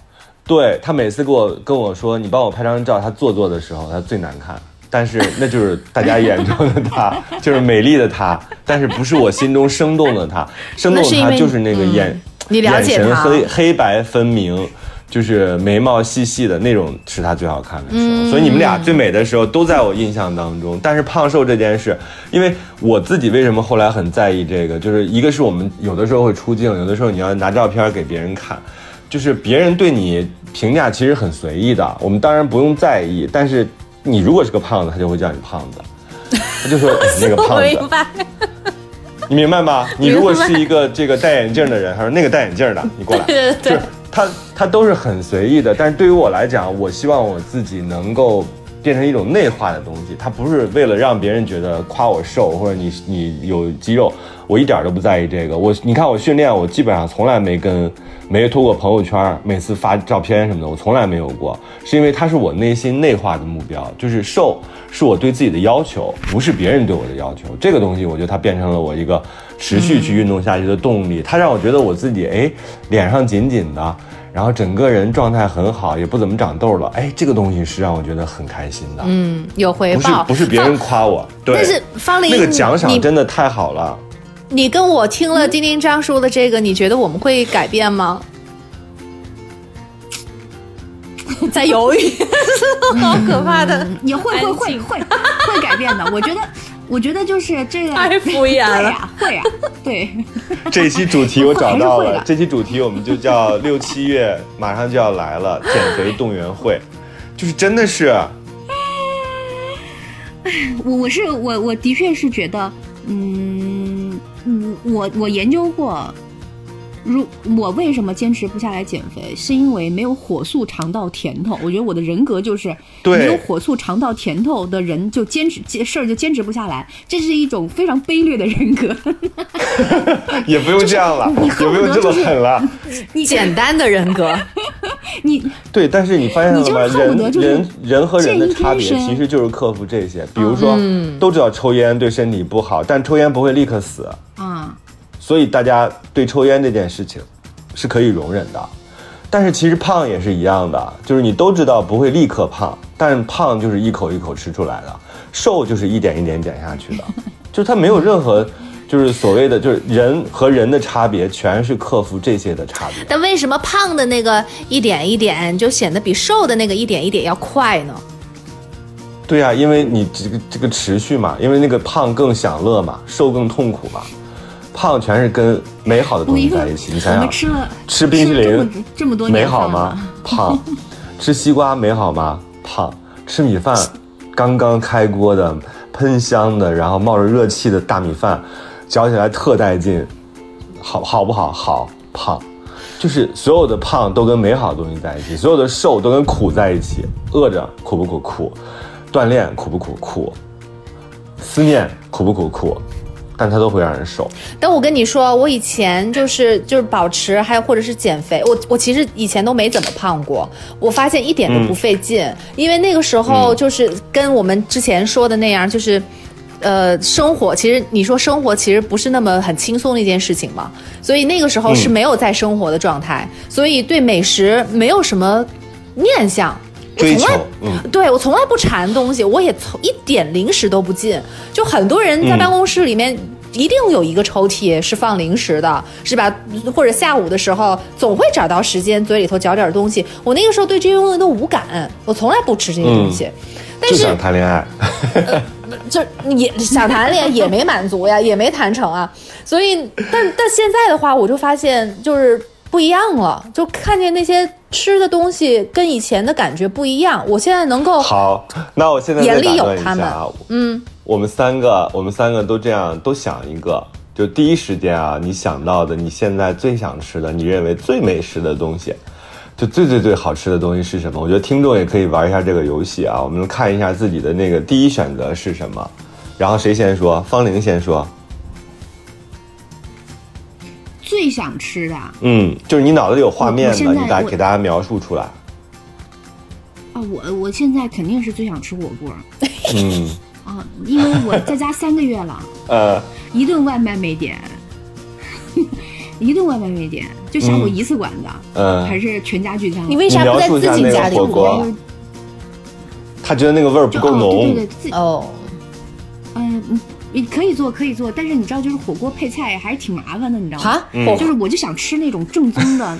Speaker 5: 对他每次给我跟我说你帮我拍张照，他做作的时候他最难看，但是那就是大家眼中的他， 就是美丽的他，但是不是我心中生动的他，生动
Speaker 3: 那
Speaker 5: 的
Speaker 3: 是因
Speaker 5: 他
Speaker 3: 为
Speaker 5: 就是那个
Speaker 3: 嗯
Speaker 5: 眼，
Speaker 3: 你了解
Speaker 5: 眼神
Speaker 3: 他
Speaker 5: 黑黑白分明。就是眉毛细细的那种是他最好看的时
Speaker 3: 嗯
Speaker 5: 候，所以你们俩最美的时候都在我印象当中。但是胖瘦这件事，因为我自己为什么后来很在意这个，就是一个是我们有的时候会出镜，有的时候你要拿照片给别人看，就是别人对你评价其实很随意的，我们当然不用在意。但是你如果是个胖子，他就会叫你胖子，他就说、哎、那个
Speaker 3: 我
Speaker 5: 胖子
Speaker 3: 明，白，
Speaker 5: 你明白吗？你如果是一个这个戴眼镜的人，还是那个戴眼镜的，你过来，
Speaker 3: 对对
Speaker 5: 就是他他都是很随意的。但是对于我来讲，我希望我自己能够变成一种内化的东西，它不是为了让别人觉得夸我瘦或者你你有肌肉，我一点儿都不在意这个。我你看我训练，我基本上从来没跟没通过朋友圈，每次发照片什么的，我从来没有过，是因为它是我内心内化的目标，就是瘦是我对自己的要求，不是别人对我的要求。这个东西，我觉得它变成了我一个持续去运动下去的动力，它让我觉得我自己哎脸上紧紧的。然后整个人状态很好，也不怎么长痘了。哎，这个东西是让我觉得很开心的，
Speaker 3: 嗯，有回
Speaker 5: 不是
Speaker 3: 报，
Speaker 5: 不是别人夸我，对，
Speaker 3: 但是方玲
Speaker 5: 那个奖赏
Speaker 3: 你
Speaker 5: 真的太好了。
Speaker 3: 你跟我听了丁丁张说的这个，你觉得我们会改变吗？ 在 犹豫，好可怕的，
Speaker 4: 嗯也会会会会会改变的。我觉得，我觉得就是这个
Speaker 3: 太敷衍了
Speaker 4: 对呀，会呀，对，
Speaker 5: 这期主题我找到
Speaker 4: 还是会
Speaker 5: 了
Speaker 4: 的，
Speaker 5: 这期主题我们就叫六七月马上就要来了，减肥动员会，就是真的是
Speaker 4: 我我是我我的确是觉得，嗯，我我我研究过，如我为什么坚持不下来减肥，是因为没有火速尝到甜头。我觉得我的人格就是
Speaker 5: 对
Speaker 4: 没有火速尝到甜头的人，就坚持这事儿就坚持不下来，这是一种非常卑劣的人格。
Speaker 5: 也不用这样了，
Speaker 4: 你
Speaker 5: 也
Speaker 4: 恨
Speaker 5: 不
Speaker 4: 不
Speaker 5: 用
Speaker 4: 得
Speaker 5: 这么
Speaker 4: 就是
Speaker 5: 狠了。
Speaker 3: 简单的人 格，
Speaker 4: 你
Speaker 5: 对，但是你发现了
Speaker 4: 你就
Speaker 5: 吗？
Speaker 4: 恨不得
Speaker 5: 人
Speaker 4: 就是
Speaker 5: 人人和人的差别
Speaker 4: 见一嗯天
Speaker 5: 其
Speaker 4: 生
Speaker 5: 实就是克服这些，比如说、都知道抽烟对身体不好，但抽烟不会立刻死，
Speaker 4: 啊，
Speaker 5: 所以大家对抽烟这件事情是可以容忍的。但是其实胖也是一样的，就是你都知道不会立刻胖，但胖就是一口一口吃出来的，瘦就是一点一点减下 去的，就是它没有任何就是所谓的就是人和人的差别，全是克服这些的差别。
Speaker 3: 但为什么胖的那个一点一点就显得比瘦的那个一点一点要快呢？
Speaker 5: 对呀、因为你这个这个持续嘛，因为那个胖更享乐嘛，瘦更痛苦嘛，胖全是跟美好的东
Speaker 4: 我一
Speaker 5: 西
Speaker 4: 个
Speaker 5: 在一起，你想
Speaker 4: 我
Speaker 5: 想
Speaker 4: 们，吃了
Speaker 5: 吃冰淇
Speaker 4: 吃了
Speaker 5: 淋
Speaker 4: 这么这么多年
Speaker 5: 美好
Speaker 4: 饭
Speaker 5: 吗
Speaker 4: 了？
Speaker 5: 胖，吃西瓜美好吗？胖，吃米饭，刚刚开锅的喷香的，然后冒着热气的大米饭，嚼起来特带劲，好好不好？好，胖，就是所有的胖都跟美好的东西在一起，所有的瘦都跟苦在一起，饿着苦不苦？苦，锻炼苦不苦？苦，思念苦不苦？苦，但它都会让人瘦。
Speaker 3: 但我跟你说，我以前就是就是保持，还有或者是减肥，我我其实以前都没怎么胖过，我发现一点都不费劲，
Speaker 2: 嗯
Speaker 3: 因为那个时候就是跟我们之前说的那样，就是。呃，生活其实你说生活其实不是那么很轻松的一件事情嘛，所以那个时
Speaker 2: 嗯
Speaker 3: 候是没有在生活的状态，所以对美食没有什么念想，
Speaker 4: 哎
Speaker 2: 追求
Speaker 3: 从来，
Speaker 2: 嗯，
Speaker 3: 对我从来不馋东西，我也从一点零食都不进。就很多人在办公室里面。一定有一个抽屉是放零食的，是吧？或者下午的时候总会找到时间，嘴里头嚼点东西。我那个时候对这些东西都无感，我从来不吃这些东西。但
Speaker 5: 就是想谈恋爱，
Speaker 3: 嗯就也想谈恋爱也没满足呀，也没谈成啊。所以，但但现在的话，我就发现就是不一样了，就看见那些吃的东西跟以前的感觉不一样。我现在能够
Speaker 5: 好，那我现在再
Speaker 3: 眼里
Speaker 5: 打
Speaker 3: 有
Speaker 5: 断一
Speaker 3: 他
Speaker 5: 下
Speaker 3: 们
Speaker 5: 啊，
Speaker 3: 嗯，
Speaker 5: 我们三个，我们三个都这样，都想一个，就第一时间啊，你想到的，你现在最想吃的，你认为最美食的东西，就最最最好吃的东西是什么？我觉得听众也可以玩一下这个游戏啊，我们看一下自己的那个第一选择是什么，然后谁先说？方玲先说，
Speaker 4: 最想吃的啊，
Speaker 5: 嗯，就是你脑子里有画面
Speaker 4: 我我现
Speaker 5: 的，
Speaker 4: 在
Speaker 5: 你大
Speaker 4: 我
Speaker 5: 给大家描述出来，
Speaker 4: 我我现在肯定是最想吃火锅
Speaker 5: 嗯，
Speaker 4: 啊，因为我在家三个月了，
Speaker 5: 呃，
Speaker 4: 一顿外卖没点， 一顿外卖没点，就下过
Speaker 5: 嗯
Speaker 4: 一次馆子，
Speaker 5: 嗯
Speaker 4: 还是全家聚餐。
Speaker 3: 你为啥不在自己家里啊
Speaker 5: 你描述一下那个火锅
Speaker 3: 过
Speaker 5: 他觉得那个味儿不
Speaker 4: 就
Speaker 5: 够浓，
Speaker 4: 哦、对对对，自己
Speaker 3: 哦，
Speaker 4: 嗯、你可以做可以做，但是你知道，就是火锅配菜还是挺麻烦的，你知道吗？
Speaker 3: 啊，我
Speaker 4: 就是我就想吃那种正宗的，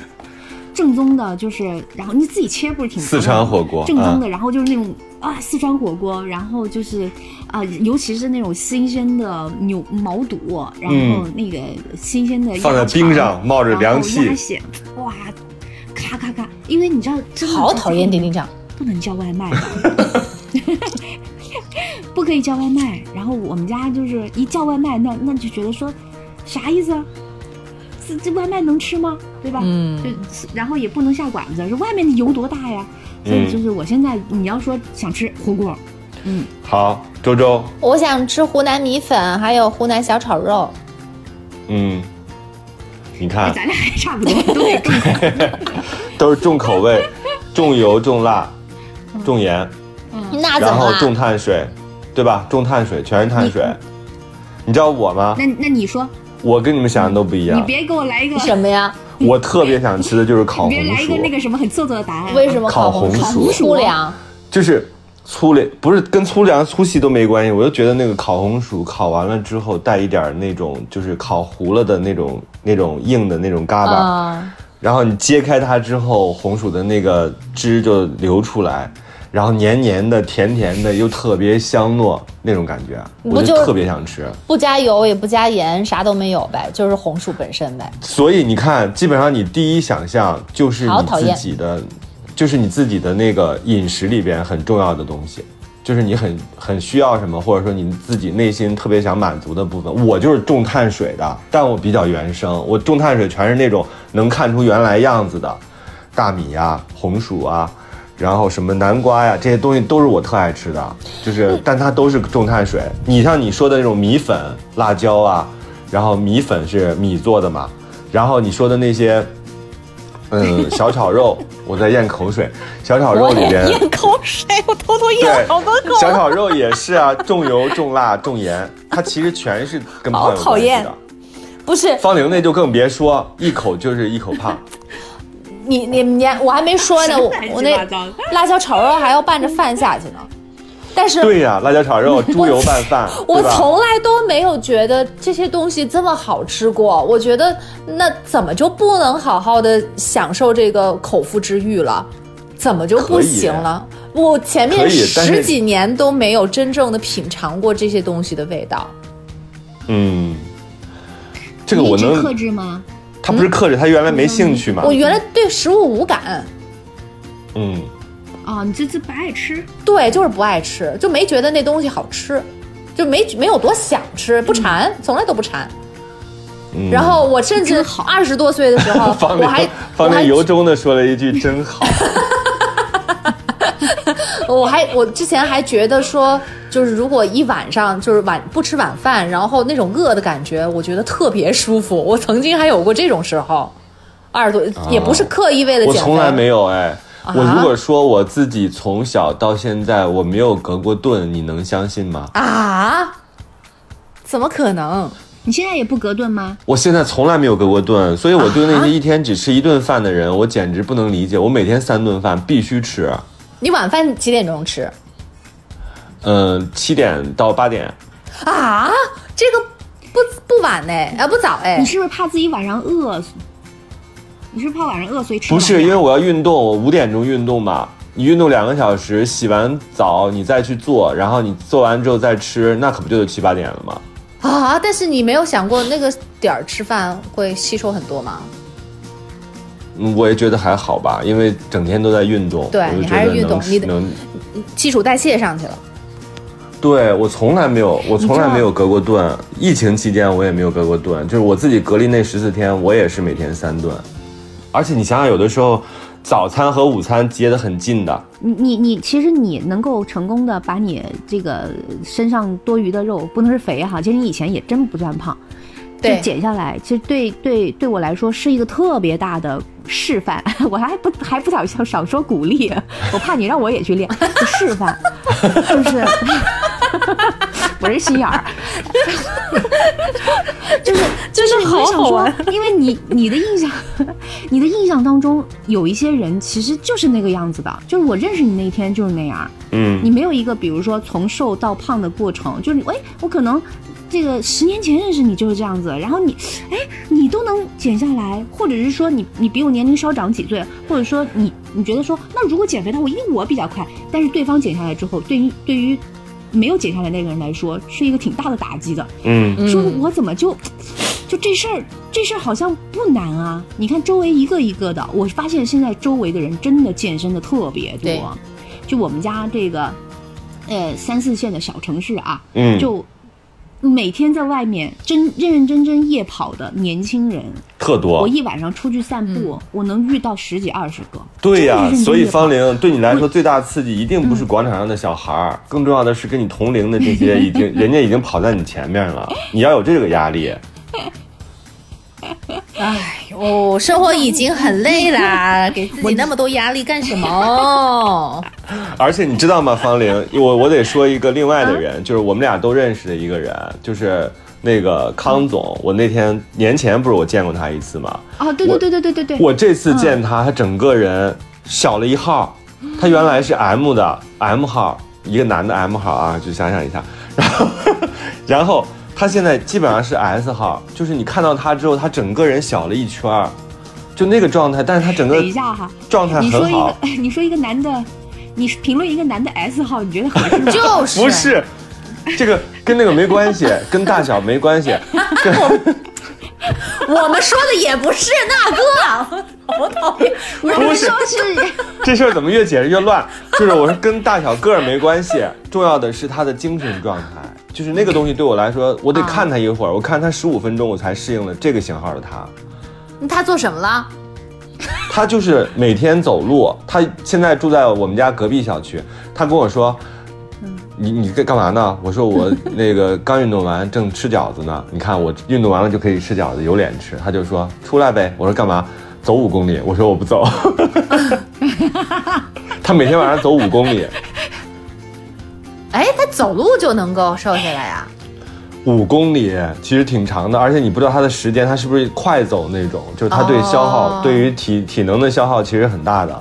Speaker 4: 正宗的，就是然后你自己切不是挺麻烦
Speaker 5: 四
Speaker 4: 的
Speaker 5: 川火锅，
Speaker 4: 正宗
Speaker 5: 嗯
Speaker 4: 的，然后就是那种啊四川火锅，然后就是啊、尤其是那种新鲜的牛毛肚，然后那个新鲜的
Speaker 5: 嗯放在
Speaker 4: 鸭
Speaker 5: 冰
Speaker 4: 肠
Speaker 5: 上冒着
Speaker 4: 然
Speaker 5: 凉
Speaker 4: 后
Speaker 5: 气
Speaker 4: 鸭，血，哇，咔咔咔，因为你知道真的
Speaker 3: 好
Speaker 4: 在
Speaker 3: 讨
Speaker 4: 家
Speaker 3: 厌
Speaker 4: 里
Speaker 3: 丁丁长。
Speaker 4: 不能叫外卖的， 不可以叫外卖。然后我们家就是一叫外卖，那那就觉得说啥意思啊？这这外卖能吃吗？对吧？
Speaker 3: 嗯
Speaker 4: 就然后也不能下馆子，说外面的油多大呀？所
Speaker 5: 嗯
Speaker 4: 以就是我现在你要说想吃火锅，
Speaker 5: 好，周周，
Speaker 3: 我想吃湖南米粉，还有湖南小炒肉。
Speaker 5: 嗯，你看
Speaker 4: 咱俩还差不多，都
Speaker 5: 都
Speaker 4: 得重口。
Speaker 5: 是重口 味，重油、重辣、
Speaker 4: 嗯
Speaker 5: 重盐，
Speaker 3: 那怎
Speaker 5: 然
Speaker 3: 么
Speaker 5: 后重
Speaker 3: 了？
Speaker 5: 碳水，对吧？重碳水，全是碳水。你知道我吗？
Speaker 4: 那那你说，
Speaker 5: 我跟你们想的都不一
Speaker 4: 你
Speaker 5: 样。
Speaker 4: 别给我来一个，
Speaker 3: 什么呀？
Speaker 5: 我特别想吃的就是烤
Speaker 4: 你
Speaker 5: 红
Speaker 4: 别来一
Speaker 5: 薯
Speaker 4: 个，那个什么很做作的答
Speaker 5: 嗯
Speaker 4: 案。
Speaker 3: 为什么
Speaker 5: 烤
Speaker 3: 红
Speaker 5: 红
Speaker 3: 薯
Speaker 5: 薯
Speaker 3: 粗粮？
Speaker 5: 就是粗粮，不是跟粗粮粗细都没关系。我就觉得那个烤红薯烤完了之后，带一点儿那种就是烤糊了的那种那种硬的那种嘎巴，
Speaker 3: 啊，
Speaker 5: 然后你揭开它之后，红薯的那个汁就流出来，然后黏黏的、甜甜的，又特别香糯那种感觉，啊
Speaker 3: 不
Speaker 5: 我
Speaker 3: 就
Speaker 5: 特别想吃。
Speaker 3: 不加油也不加盐，啥都没有呗，就是红薯本身呗。
Speaker 5: 所以你看，基本上你第一想象就是
Speaker 3: 好
Speaker 5: 你
Speaker 3: 讨
Speaker 5: 自
Speaker 3: 厌
Speaker 5: 己的，就是你自己的那个饮食里边很重要的东西，就是你很很需要什么，或者说你自己内心特别想满足的部分。我就是重碳水的，但我比较原生，我重碳水全是那种能看出原来样子的，大米呀、红薯啊。然后什么南瓜呀，这些东西都是我特爱吃的，就是，但它都是重碳水。你像你说的那种米粉、辣椒啊，然后米粉是米做的嘛，然后你说的那些， 嗯，小炒肉，我在咽口水。小炒肉
Speaker 3: 我
Speaker 5: 里
Speaker 3: 也
Speaker 5: 边，
Speaker 3: 咽口水，我偷偷咽了
Speaker 5: 对
Speaker 3: 好多口。，啊
Speaker 5: 小炒肉也是啊， 重油、重辣、重盐，它其实全是跟胖有
Speaker 3: 好
Speaker 5: 关
Speaker 3: 讨
Speaker 5: 系
Speaker 3: 厌
Speaker 5: 的。
Speaker 3: 不是
Speaker 5: 方玲那就更别说，一口就是一口胖。
Speaker 3: 你你你，我还没说呢，我我那
Speaker 4: 乱七八糟
Speaker 3: 辣椒炒肉还要拌着饭下去呢。但是
Speaker 5: 对呀、辣椒炒肉、猪油拌饭，
Speaker 3: 我
Speaker 5: 对吧
Speaker 3: 从来都没有觉得这些东西这么好吃过。我觉得那怎么就不能好好的享受这个口腹之欲了？怎么就不行了？我前面
Speaker 5: 啊可以但是
Speaker 3: 十几年都没有真正的品尝过这些东西的味道。
Speaker 5: 嗯， 这
Speaker 4: 这
Speaker 5: 个我
Speaker 4: 克
Speaker 5: 能，
Speaker 4: 制吗？
Speaker 5: 他不是克制，他原来没兴趣嘛
Speaker 3: 我。原来对食物无感，
Speaker 5: 嗯，
Speaker 4: 啊，你这这不爱吃，
Speaker 3: 对，就是不爱吃，就没觉得那东西好吃，就没没有多想吃，不馋，从来都不馋。
Speaker 5: 嗯，
Speaker 3: 然后我甚至二十多岁的时候
Speaker 5: 方
Speaker 3: 我还
Speaker 5: 玲，
Speaker 3: 我
Speaker 5: 方
Speaker 3: 还
Speaker 5: 玲由衷的说了一句：“真好。”
Speaker 3: 我还我之前还觉得说，就是如果一晚上就是晚不吃晚饭，然后那种饿的感觉，我觉得特别舒服。我曾经还有过这种时候，二十多、也不是刻意为了
Speaker 5: 我
Speaker 3: 减肥，
Speaker 5: 从来没有哎。
Speaker 3: 啊
Speaker 5: 我如果说我自己从小到现在我没有隔过顿，你能相信吗？
Speaker 3: 啊，怎么可能？
Speaker 4: 你现在也不隔顿吗？
Speaker 5: 我现在从来没有隔过顿，所以我对那些一天只吃一顿饭的人，我简直不能理解。我每天三顿饭必须吃，
Speaker 3: 你晚饭几点钟吃
Speaker 5: 嗯，七点到八点，
Speaker 3: 啊？这个不不晚呢，啊不早哎
Speaker 4: 你，是不是怕自己晚上饿？你是不是怕晚上饿，所以吃
Speaker 5: 不
Speaker 4: 晚
Speaker 5: 是
Speaker 4: 点
Speaker 5: 因为我要运动，我五点钟运动嘛，你运动两个小时，洗完澡你再去做，然后你做完之后再吃，那可不就得七八点了吗？
Speaker 3: 啊，但是你没有想过那个点儿吃饭会吸收很多吗？
Speaker 5: 嗯，我也觉得还好吧，因为整天都在运动，
Speaker 3: 对
Speaker 5: 我就
Speaker 3: 你
Speaker 5: 觉
Speaker 3: 还是
Speaker 5: 得
Speaker 3: 运动
Speaker 5: 能
Speaker 3: 你得
Speaker 5: 能，
Speaker 3: 基础代谢上去了。
Speaker 5: 对我从来没有，我从来
Speaker 3: 道
Speaker 5: 没有隔过顿，疫情期间我也没有隔过顿，就是我自己隔离那十四天，我也是每天三顿，而且你想想，有的时候早餐和午餐接得很近的，
Speaker 4: 你你你，其实你能够成功的把你这个身上多余的肉，不能是肥哈，其实你以前也真不算胖，
Speaker 3: 对
Speaker 4: 就减下来，其实对对对我来说是一个特别大的示范， 我还不还不想少说鼓励，我怕你让我也去练，就示范， 就是。 我是心眼儿，就是就是你会想
Speaker 3: 好好
Speaker 5: 啊
Speaker 3: 玩，
Speaker 4: 说因为你你的印象，你的印象当中有一些人其实就是那个样子的，就是我认识你那一天就是那样，
Speaker 5: 嗯
Speaker 4: 你没有一个比如说从瘦到胖的过程，就是你哎，我可能这个十年前认识你就是这样子，然后你哎，你都能减下来，或者是说你你比我年龄稍长几岁，或者说你你觉得说那如果减肥的话，我因为我比较快，但是对方减下来之后，对于对于没有减下来那个人来说是一个挺大的打击的，
Speaker 5: 嗯，
Speaker 4: 说我怎么就就这事儿，这事儿好像不难啊！你看周围一个一个的，我发现现在周围的人真的健身的特别
Speaker 3: 对
Speaker 4: 多，就我们家这个呃三四线的小城市啊，
Speaker 5: 嗯
Speaker 4: 就每天在外面真认认真真夜跑的年轻人，
Speaker 5: 特多
Speaker 4: 我，一晚上出去散步，我能遇到十几二十个。
Speaker 5: 对呀、
Speaker 4: 真的认真
Speaker 5: 所以
Speaker 4: 夜跑
Speaker 5: 方玲对你来说最大的刺激一定不是广场上的小孩儿，更重要的是跟你同龄的这些已经人家已经跑在你前面了，你要有这个压力。
Speaker 3: 哦，生活已经很 累啦，给自己那么多压力干什么？
Speaker 5: 而且你知道吗，方玲，我我得说一个另外的人，就是我们俩都认识的一个人，就是那个康总。我那天年前不是我见过他一次吗？
Speaker 4: 啊，对
Speaker 5: 我
Speaker 4: 对对对对对对，
Speaker 5: 我这次见他，他整个人小了一号，他原来是 M 的 M 号，一个男的 M 号啊，就想想一下，然后 然后他现在基本上是 S 号，就是你看到他之后，他整个人小了一圈儿，就那个状态，但是他整个
Speaker 4: 等一下哈，
Speaker 5: 状态
Speaker 4: 你说
Speaker 5: 很
Speaker 4: 一
Speaker 5: 好
Speaker 4: 个，， 你说一个男的，你评论一个男的 S 号，你觉得合适吗？
Speaker 3: 就是
Speaker 5: 不是。这个跟那个没关系，跟大小没关系，跟
Speaker 1: 我们说的也不是那个，我讨厌。
Speaker 5: 不是这事儿怎么越解释越乱？就是我说跟大小个儿没关系，重要的是他的精神状态。就是那个东西对我来说，我得看他一会儿，我看他十五分钟，我才适应了这个型号的他。
Speaker 3: 他做什么了？
Speaker 5: 他就是每天走路，他现在住在我们家隔壁小区。他跟我说：“你你在干嘛呢？”我说：“我那个刚运动完，正吃饺子呢。你看我运动完了就可以吃饺子，有脸吃。”他就说：“出来呗。”我说：“干嘛？走五公里。”我说：“我不走。” 他每天晚上走五公里，
Speaker 3: 哎，他走路就能够瘦下来啊？
Speaker 5: 五公里其实挺长的，而且你不知道他的时间，他是不是快走那种？就是他对消耗，
Speaker 3: 哦
Speaker 5: 对于体体能的消耗其实很大的。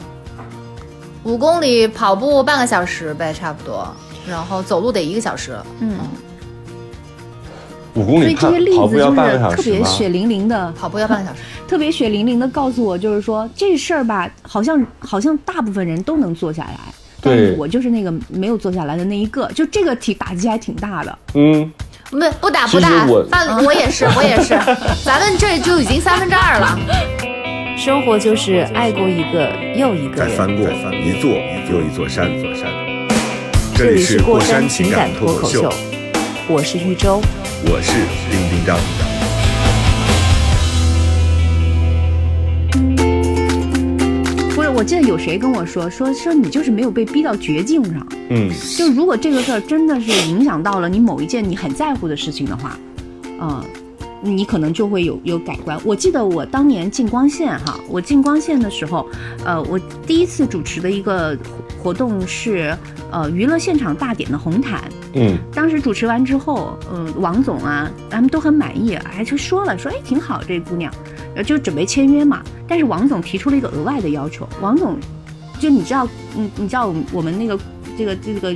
Speaker 3: 五公里跑步半个小时呗，差不多，然后走路得一个小时。
Speaker 5: 五公
Speaker 4: 所以
Speaker 5: 里
Speaker 4: 这
Speaker 5: 看
Speaker 4: 些例
Speaker 5: 跑
Speaker 4: 子
Speaker 5: 步
Speaker 4: 就
Speaker 5: 要
Speaker 4: 是
Speaker 5: 半个小
Speaker 4: 特
Speaker 5: 时
Speaker 4: 别
Speaker 5: 吗？
Speaker 4: 血淋淋的，
Speaker 3: 跑步要半个小时，
Speaker 4: 特别血淋淋的告诉我，就是说这事儿吧，好像好像大部分人都能做下来，但
Speaker 5: 对
Speaker 4: 是我就是那个没有做下来的那一个，就这个体打击还挺大的。
Speaker 5: 嗯，
Speaker 3: 不不打
Speaker 5: 其
Speaker 3: 不打
Speaker 5: 实我，
Speaker 3: 范我也是 我也是，咱们这就已经三分之二了。
Speaker 6: 生活就是爱过一个又一个
Speaker 2: 再
Speaker 6: 人。
Speaker 2: 翻过一座又一座山，
Speaker 6: 这
Speaker 2: 这
Speaker 6: 里
Speaker 2: 里
Speaker 6: 是
Speaker 2: 是
Speaker 6: 过
Speaker 2: 过
Speaker 6: 山
Speaker 2: 山
Speaker 6: 情
Speaker 2: 情
Speaker 6: 感
Speaker 2: 感
Speaker 6: 脱
Speaker 2: 脱
Speaker 6: 口
Speaker 2: 口
Speaker 6: 秀
Speaker 2: 秀，
Speaker 6: 我是玉州。
Speaker 2: 我是丁丁张。
Speaker 4: 不是，我记得有谁跟我说，说说你就是没有被逼到绝境上。
Speaker 5: 嗯，
Speaker 4: 就如果这个事儿真的是影响到了你某一件你很在乎的事情的话，嗯、你可能就会有有改观。我记得我当年进光线哈，我进光线的时候，呃，我第一次主持的一个活活动是呃娱乐现场大典的红毯，
Speaker 5: 嗯，
Speaker 4: 当时主持完之后，嗯，王总啊，他们都很满意，还就说了说，哎，挺好，这姑娘，呃就准备签约嘛。但是王总提出了一个额外的要求，王总就你知道，嗯，你知道我们那个这个这个。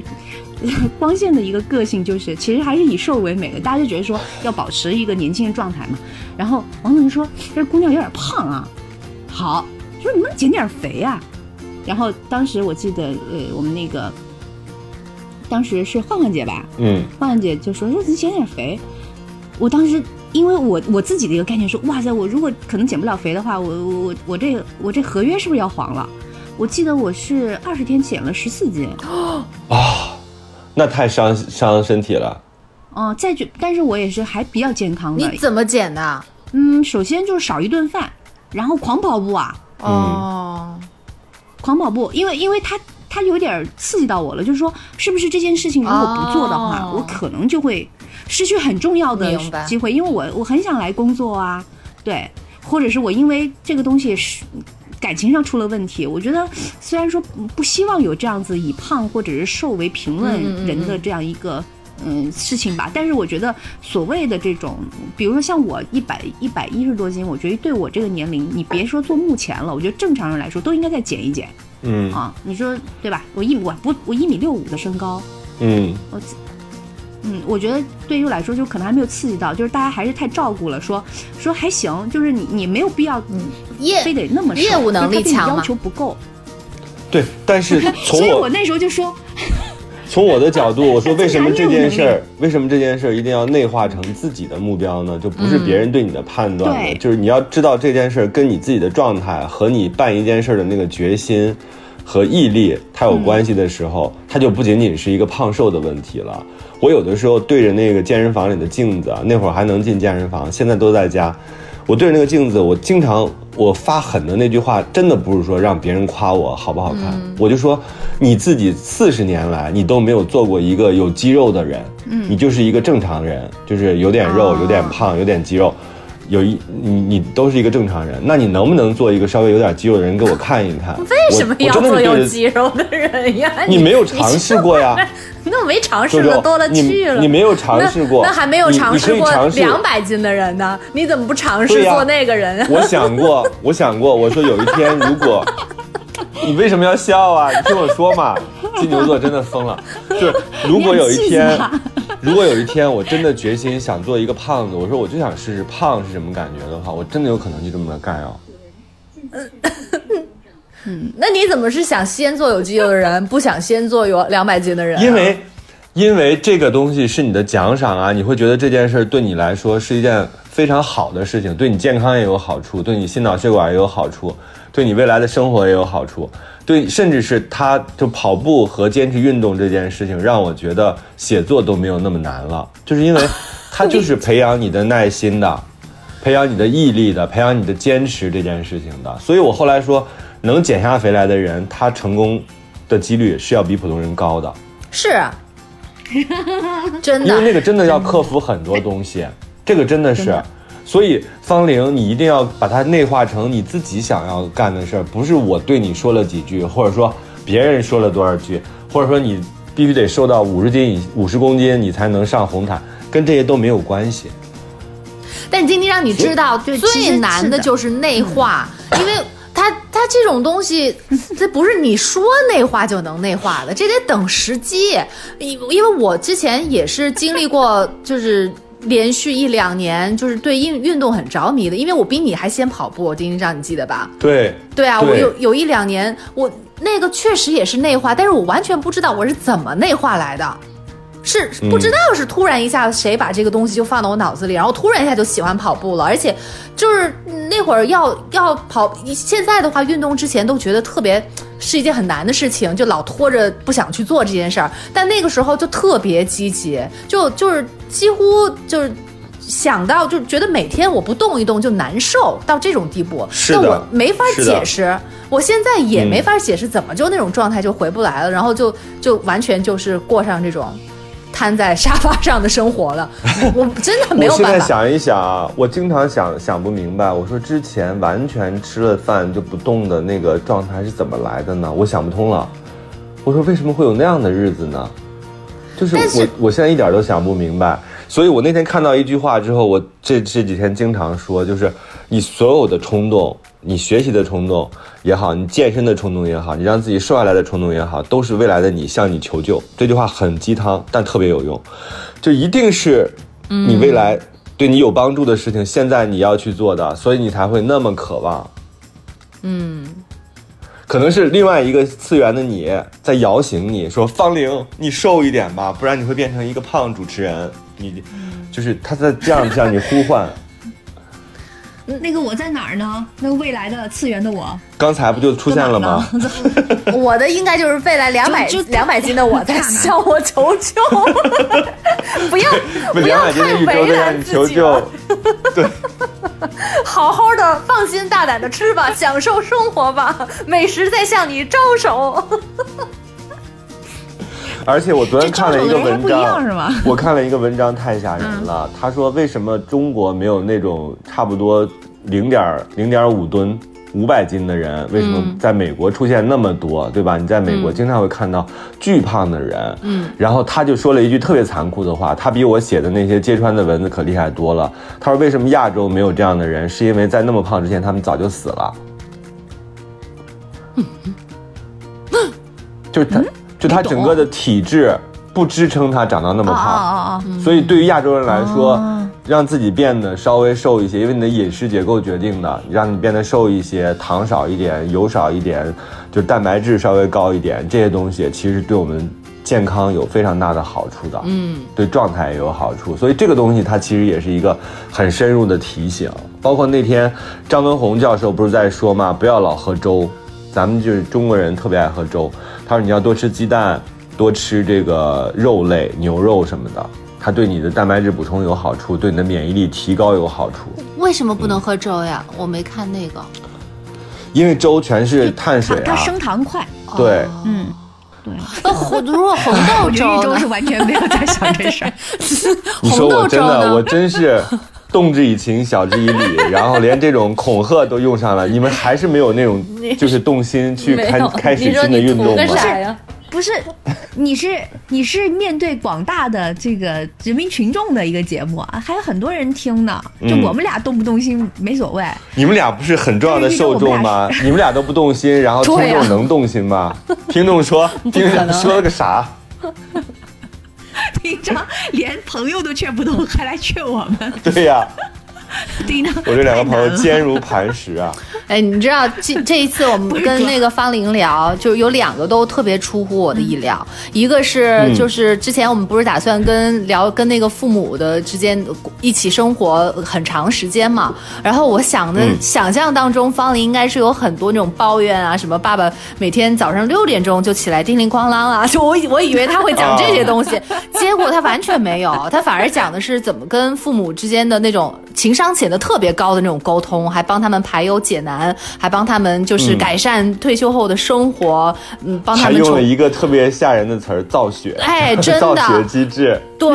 Speaker 4: 光线的一个个性就是，其实还是以瘦为美的，大家就觉得说要保持一个年轻的状态嘛。然后王总就说：“这姑娘有点胖啊。”好，说你能减点肥啊。然后当时我记得，呃，我们那个当时是焕焕姐吧，
Speaker 5: 嗯，
Speaker 4: 焕焕姐就说：“说你减点肥。”我当时因为我我自己的一个概念说：“哇塞，我如果可能减不了肥的话，我我我我这我这合约是不是要黄了？”我记得我是二十天减了十四斤
Speaker 5: 啊。那太伤伤身体了，
Speaker 4: 哦、呃，再就，但是我也是还比较健康
Speaker 3: 的。你怎么减的？
Speaker 4: 嗯，首先就是少一顿饭，然后狂跑步啊，
Speaker 5: 嗯
Speaker 3: 哦，
Speaker 4: 狂跑步，因为因为它它有点刺激到我了，就是说，是不是这件事情如果不做的话，
Speaker 3: 哦、
Speaker 4: 我可能就会失去很重要的机会，因为我我很想来工作啊，对，或者是我因为这个东西是。感情上出了问题，我觉得虽然说不希望有这样子以胖或者是瘦为评论人的这样一个嗯、嗯嗯、事情吧，但是我觉得所谓的这种，比如说像我一百一百一十多斤，我觉得对我这个年龄，你别说做幕前了，我觉得正常人来说都应该再减一减，
Speaker 5: 嗯
Speaker 4: 啊，你说对吧？我一我不我一米六五的身高，
Speaker 5: 嗯，
Speaker 4: 我。嗯，我觉得对于我来说，就可能还没有刺激到，就是大家还是太照顾了，说说还行，就是你你没有必要，
Speaker 3: 业
Speaker 4: 非得那么
Speaker 3: 业务能力强
Speaker 4: 要求不够。
Speaker 5: 对，但是从
Speaker 4: 所以我那时候就说，
Speaker 5: 从我的角 度，我说为什么这件事儿，为什么这件事儿一定要内化成自己的目标呢？就不是别人对你的判断了，
Speaker 4: 嗯、
Speaker 5: 就是你要知道这件事儿跟你自己的状态和你办一件事儿的那个决心。和毅力它有关系的时候，嗯、它就不仅仅是一个胖瘦的问题了。我有的时候对着那个健身房里的镜子，啊那会儿还能进健身房，现在都在家。我对着那个镜子，我经常我发狠的那句话，真的不是说让别人夸我好不好看，
Speaker 3: 嗯、
Speaker 5: 我就说你自己四十年来你都没有做过一个有肌肉的人，
Speaker 4: 嗯，
Speaker 5: 你就是一个正常人，就是有点
Speaker 1: 哦
Speaker 5: 肉、有点胖、有点肌肉。有一你你都是一个正常人，那你能不能做一个稍微有点肌肉的人给我看一看？
Speaker 1: 为什么要做有肌肉的人呀？
Speaker 5: 你没有尝试过呀？
Speaker 1: 那没尝试的多了去了。
Speaker 5: 你没有尝试过，
Speaker 1: 那还没有尝试过两
Speaker 5: 百
Speaker 1: 斤的人呢？你怎么不尝试做那个人？啊
Speaker 5: 我想过，我想过，我说有一天如 果，你为什么要笑啊？你听我说嘛，金牛座真的疯了，就是如果有一天。如果有一天我真的决心想做一个胖子，我说我就想试试胖是什么感觉的话，我真的有可能就这么干哦。
Speaker 3: 嗯，那你怎么是想先做有肌肉的人，不想先做有两百斤的人、啊？
Speaker 5: 因为，因为这个东西是你的奖赏啊，你会觉得这件事对你来说是一件非常好的事情，对你健康也有好处，对你心脑血管也有好处，对你未来的生活也有好处。对，甚至是他就跑步和坚持运动这件事情，让我觉得写作都没有那么难了，就是因为它就是培养你的耐心的，培养你的毅力的，培养你的坚持这件事情的。所以我后来说，能减下肥来的人，他成功的几率是要比普通人高的。
Speaker 3: 是、啊，真的，
Speaker 5: 因为那个真的要克服很多东西，这个真的是。所以，方玲，你一定要把它内化成你自己想要干的事儿，不是我对你说了几句，或者说别人说了多少句，或者说你必须得瘦到五十斤以五十公斤，你才能上红毯，跟这些都没有关系。
Speaker 3: 但今天让你知道，最难的就是内化，嗯、因为它它这种东西，这不是你说内化就能内化的，这得等时机。因因为我之前也是经历过，就是。连续一两年，就是对运运动很着迷的，因为我比你还先跑步，丁丁章，你记得吧？
Speaker 5: 对，
Speaker 3: 对啊，
Speaker 5: 对
Speaker 3: 我有有一两年，我那个确实也是内化，但是我完全不知道我是怎么内化来的，是不知道是突然一下谁把这个东西就放到我脑子里，然后突然一下就喜欢跑步了，而且就是那会儿要要跑，现在的话运动之前都觉得特别是一件很难的事情，就老拖着不想去做这件事儿，但那个时候就特别积极，就就是。几乎就是想到，就觉得每天我不动一动就难受到这种地步，但我没法解释，我现在也
Speaker 5: 嗯
Speaker 3: 没法解释怎么就那种状态就回不来了，嗯、然后就就完全就是过上这种瘫在沙发上的生活 了，我真的没有办法。
Speaker 5: 我现在想一想啊，我经常想想不明白，我说之前完全吃了饭就不动的那个状态是怎么来的呢？我想不通了，我说为什么会有那样的日子呢？就是我，我现在一点都想不明白，所以我那天看到一句话之后，我这这几天经常说，就是你所有的冲动，你学习的冲动也好，你健身的冲动也好，你让自己瘦下来的冲动也好，都是未来的你向你求救。这句话很鸡汤，但特别有用，就一定是你未来对你有帮助的事情，现在你要去做的，所以你才会那么渴望。
Speaker 3: 嗯，
Speaker 5: 可能是另外一个次元的你在摇醒你说：“方玲，你瘦一点吧，不然你会变成一个胖主持人。”你就是他在这样向你呼唤。
Speaker 4: 那个我在哪儿呢？那个未来的次元的我，
Speaker 5: 刚才不就出现了吗？
Speaker 3: 我的应该就是未来两百
Speaker 4: 就
Speaker 3: 两百斤的我在向我求 救，不要 不
Speaker 5: 两
Speaker 3: 要
Speaker 5: 百斤
Speaker 3: 太
Speaker 5: 的宇宙
Speaker 3: 为
Speaker 5: 在向
Speaker 3: 难
Speaker 5: 你
Speaker 3: 自
Speaker 5: 求
Speaker 3: 己了
Speaker 5: 救，对，
Speaker 3: 好好的放心大胆的吃 吧，享受生活吧，美食在向你招手。
Speaker 5: 而且我昨天看了一个文
Speaker 4: 这招手的人还不一样
Speaker 5: 章
Speaker 4: 是吗， 嗯
Speaker 5: 我看了一个文章太吓人了。他说为什么中国没有那种差不多零点零点五吨。五百斤的人为什么在美国出现那么多，对吧？你在美国
Speaker 4: 嗯
Speaker 5: 经常会看到巨胖的人，嗯，然后他就说了一句特别残酷的话，他比我写的那些揭穿的文字可厉害多了。他说为什么亚洲没有这样的人，是因为在那么胖之前他们早就死了。就是他，就他整个的体质不支撑他长到那么
Speaker 4: 哦
Speaker 5: 胖，
Speaker 4: 哦哦哦，
Speaker 5: 所以对于亚洲人来说，让自己变得稍微瘦一些，因为你的饮食结构决定的，让你变得瘦一些，糖少一点，油少一点，就蛋白质稍微高一点，这些东西其实对我们健康有非常大的好处的，嗯，对状态也有好处。所以这个东西它其实也是一个很深入的提醒。包括那天张文宏教授不是在说嘛，不要老喝粥，咱们就是中国人特别爱喝粥。他说你要多吃鸡蛋，多吃这个肉类、牛肉什么的，它对你的蛋白质补充有好处，对你的免疫力提高有好处。
Speaker 3: 为什么不能喝粥呀？我没看那个。
Speaker 5: 因为粥全是碳
Speaker 4: 它
Speaker 5: 水
Speaker 4: 它
Speaker 5: 啊，
Speaker 4: 升糖快，
Speaker 5: 对，
Speaker 4: 嗯，
Speaker 3: 那红如果红豆
Speaker 4: 我觉得一
Speaker 3: 粥
Speaker 4: 周
Speaker 3: 呢
Speaker 4: 是？完全没哦啊有在想这事儿。
Speaker 5: 你说
Speaker 3: 红豆
Speaker 5: 我真
Speaker 3: 粥
Speaker 5: 的，
Speaker 3: 呢
Speaker 5: 我真是动之以情，晓之以理，然后连这种恐吓都用上了，你们还是没有那种就是动 心去
Speaker 3: 没
Speaker 5: 开
Speaker 3: 有
Speaker 5: 开始
Speaker 3: 你说
Speaker 5: 新的
Speaker 3: 你
Speaker 5: 运
Speaker 3: 图
Speaker 5: 动
Speaker 3: 个
Speaker 5: 吗？
Speaker 3: 啥呀？
Speaker 4: 不是，你是你是面对广大的这个人民群众的一个节目啊，还有很多人听呢。就
Speaker 5: 嗯
Speaker 4: 我们俩动不动心没所谓，
Speaker 5: 你们俩不是很重要的受众吗？你们俩都不动心，然后听
Speaker 3: 对呀
Speaker 5: 众能动心 吗？听众说，听众说了个啥？
Speaker 4: 平常连朋友都劝不动，还来劝我们，
Speaker 5: 对呀、
Speaker 4: 叮当。
Speaker 5: 我这两个朋 友
Speaker 4: 太难了
Speaker 5: 坚如磐石啊！
Speaker 3: 哎，你知道这这一次我们跟那个方玲聊，就是有两个都特别出乎我的意料，一个是
Speaker 5: 嗯
Speaker 3: 就是之前我们不是打算跟聊跟那个父母的之间一起生活很长时间嘛，然后我想的、
Speaker 5: 嗯
Speaker 3: 想象当中，方玲应该是有很多那种抱怨啊，什么爸爸每天早上六点钟就起来叮铃哐啷啊，就我以我以为他会讲这些东西，结果他完全没有，他反而讲的是怎么跟父母之间的那种情商显得特别高的那种沟通，还帮他们排忧解难，还帮他们就是
Speaker 5: 嗯
Speaker 3: 改善退休后的生活，嗯，帮 他
Speaker 5: 还
Speaker 3: 们
Speaker 5: 用了
Speaker 3: 重
Speaker 5: 一个特别吓人的词儿“造血”，
Speaker 3: 哎真
Speaker 5: 造
Speaker 3: 的
Speaker 5: 血机制。
Speaker 3: 对，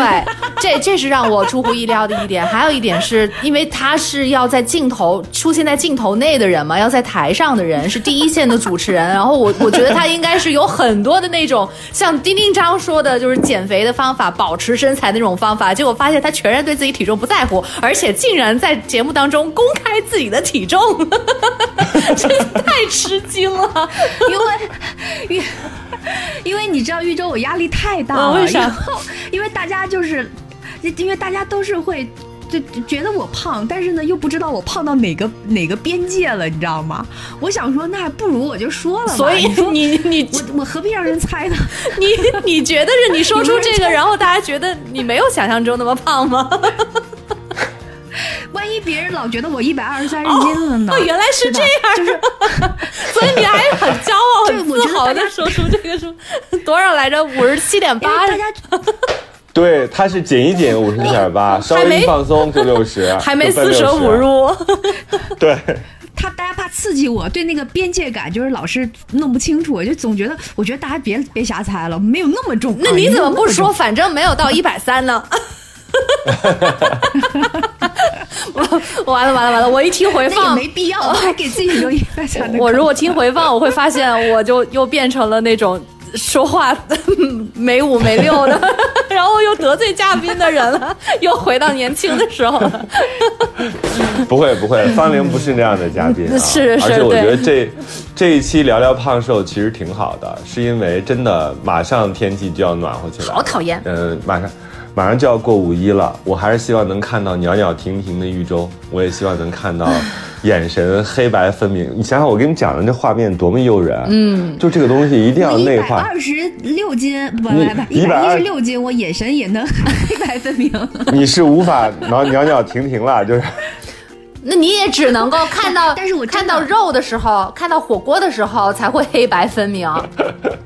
Speaker 3: 这这是让我出乎意料的一点。还有一点是因为他是要在镜头出现在镜头内的人嘛，要在台上的人是第一线的主持人。然后我 我觉得他应该是有很多的那种像丁丁张说的，就是减肥的方法、保持身材的那种方法。结果发现他全然对自己体重不在乎，而且竟然在节目当中公开自己的体重， 真是太吃惊了。
Speaker 4: 因为 因因为你知道豫州我压力太大了，
Speaker 3: 嗯为啥
Speaker 4: 然后因为大家就是，因为大家都是会。就就觉得我胖，但是呢又不知道我胖到哪个哪个边界了，你知道吗？我想说，那不如我就说了 吧。
Speaker 3: 所以
Speaker 4: 你说
Speaker 3: 你你
Speaker 4: 我我何必让人 猜呢？
Speaker 3: 你你觉得是你说出这个，然后大家觉得你没有想象中那么胖吗？
Speaker 4: 万一别人老觉得我一百二十三十斤了呢？
Speaker 3: 哦，原来是
Speaker 4: 对吧
Speaker 3: 这样， 所以你还是很骄傲、
Speaker 4: 这
Speaker 3: 很
Speaker 4: 我觉得
Speaker 3: 自豪
Speaker 4: 大
Speaker 3: 的
Speaker 4: 家
Speaker 3: 说出这个数，多少来着？五十七点
Speaker 4: 因
Speaker 3: 哦八
Speaker 4: 为，大家
Speaker 5: 对，它是紧一紧五十点八，稍微一放松就六十，
Speaker 3: 还没
Speaker 5: 就奔
Speaker 3: 四舍
Speaker 5: 60
Speaker 3: 五。入。
Speaker 5: 对，
Speaker 4: 他大家怕刺激我，对那个边界感就是老是弄不清楚，我就总觉得，我觉得大家别别瞎猜了，没有那么重。
Speaker 3: 那
Speaker 4: 啊
Speaker 3: 你怎么
Speaker 4: 没有那
Speaker 3: 不
Speaker 4: 重
Speaker 3: 说？反正没有到一百三 呢？我 完了完了完了！我一听回
Speaker 4: 那也
Speaker 3: 放，
Speaker 4: 没必要，哦还给自己留一个小的
Speaker 3: 我如果听回放，我会发嗯现我就又变成了那种说话没五没六的，然 然后又得罪嘉宾的人了，又回到年轻的时候了。
Speaker 5: 不会不会，方玲不是那样的嘉宾、啊，
Speaker 3: 是是
Speaker 5: 而且我
Speaker 3: 对
Speaker 5: 觉得这这一期聊聊胖瘦其实挺好的，是因为真的马上天气就要暖和起来了，
Speaker 3: 好讨厌
Speaker 5: 嗯、马上马上就要过五一了，我还是希望能看到袅袅婷婷的玉州，我也希望能看到眼神黑白分明。你想想，我跟你讲的这画面多么诱人，嗯，就这个东西一定要
Speaker 4: 一
Speaker 5: 内
Speaker 4: 百
Speaker 5: 化。
Speaker 4: 二十六斤，不不
Speaker 5: 你
Speaker 4: 不，一百
Speaker 5: 120
Speaker 4: 一十六斤，我眼神也能 黑白分明。
Speaker 5: 你是无法挠袅袅婷婷了，就是
Speaker 3: 那你也只能够看到，
Speaker 4: 但是我真的
Speaker 3: 看到肉的时候，看到火锅的时候才会黑白分明。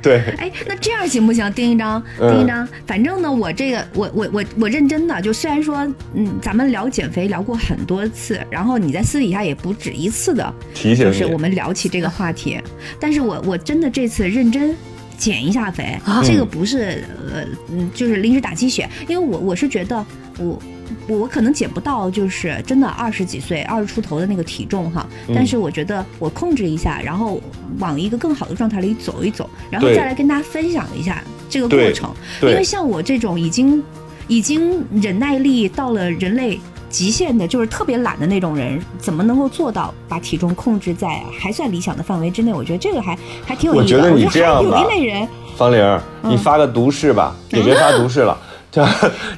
Speaker 5: 对，
Speaker 4: 哎，那这样行不行？丁一章，
Speaker 5: 嗯
Speaker 4: 丁一章，反正呢，我这个，我我我我认真的，就虽然说，嗯，咱们聊减肥聊过很多次，然后你在私底下也不止一次的，
Speaker 5: 提醒
Speaker 4: 就
Speaker 5: 你，
Speaker 4: 是我们聊起这个话题，但是我我真的这次认真。减一下肥，这
Speaker 5: 嗯
Speaker 4: 个不是呃，嗯，就是临时打鸡血，因为我我是觉得我我可能减不到，就是真的二十几岁、二十出头的那个体重哈，
Speaker 5: 嗯
Speaker 4: 但是我觉得我控制一下，然后往一个更好的状态里走一走，然后
Speaker 5: 对
Speaker 4: 再来跟大家分享一下这个
Speaker 5: 对
Speaker 4: 过程，因
Speaker 5: 对
Speaker 4: 为像我这种已经已经忍耐力到了人类极限的，就是特别懒的那种人，怎么能够做到把体重控制在还算理想的范围之内？我觉得这个还还挺有意思的。
Speaker 5: 我觉得你这样吧
Speaker 4: 我觉得还有一类人，
Speaker 5: 方玲儿，你发个毒誓吧，也别发毒誓了， 就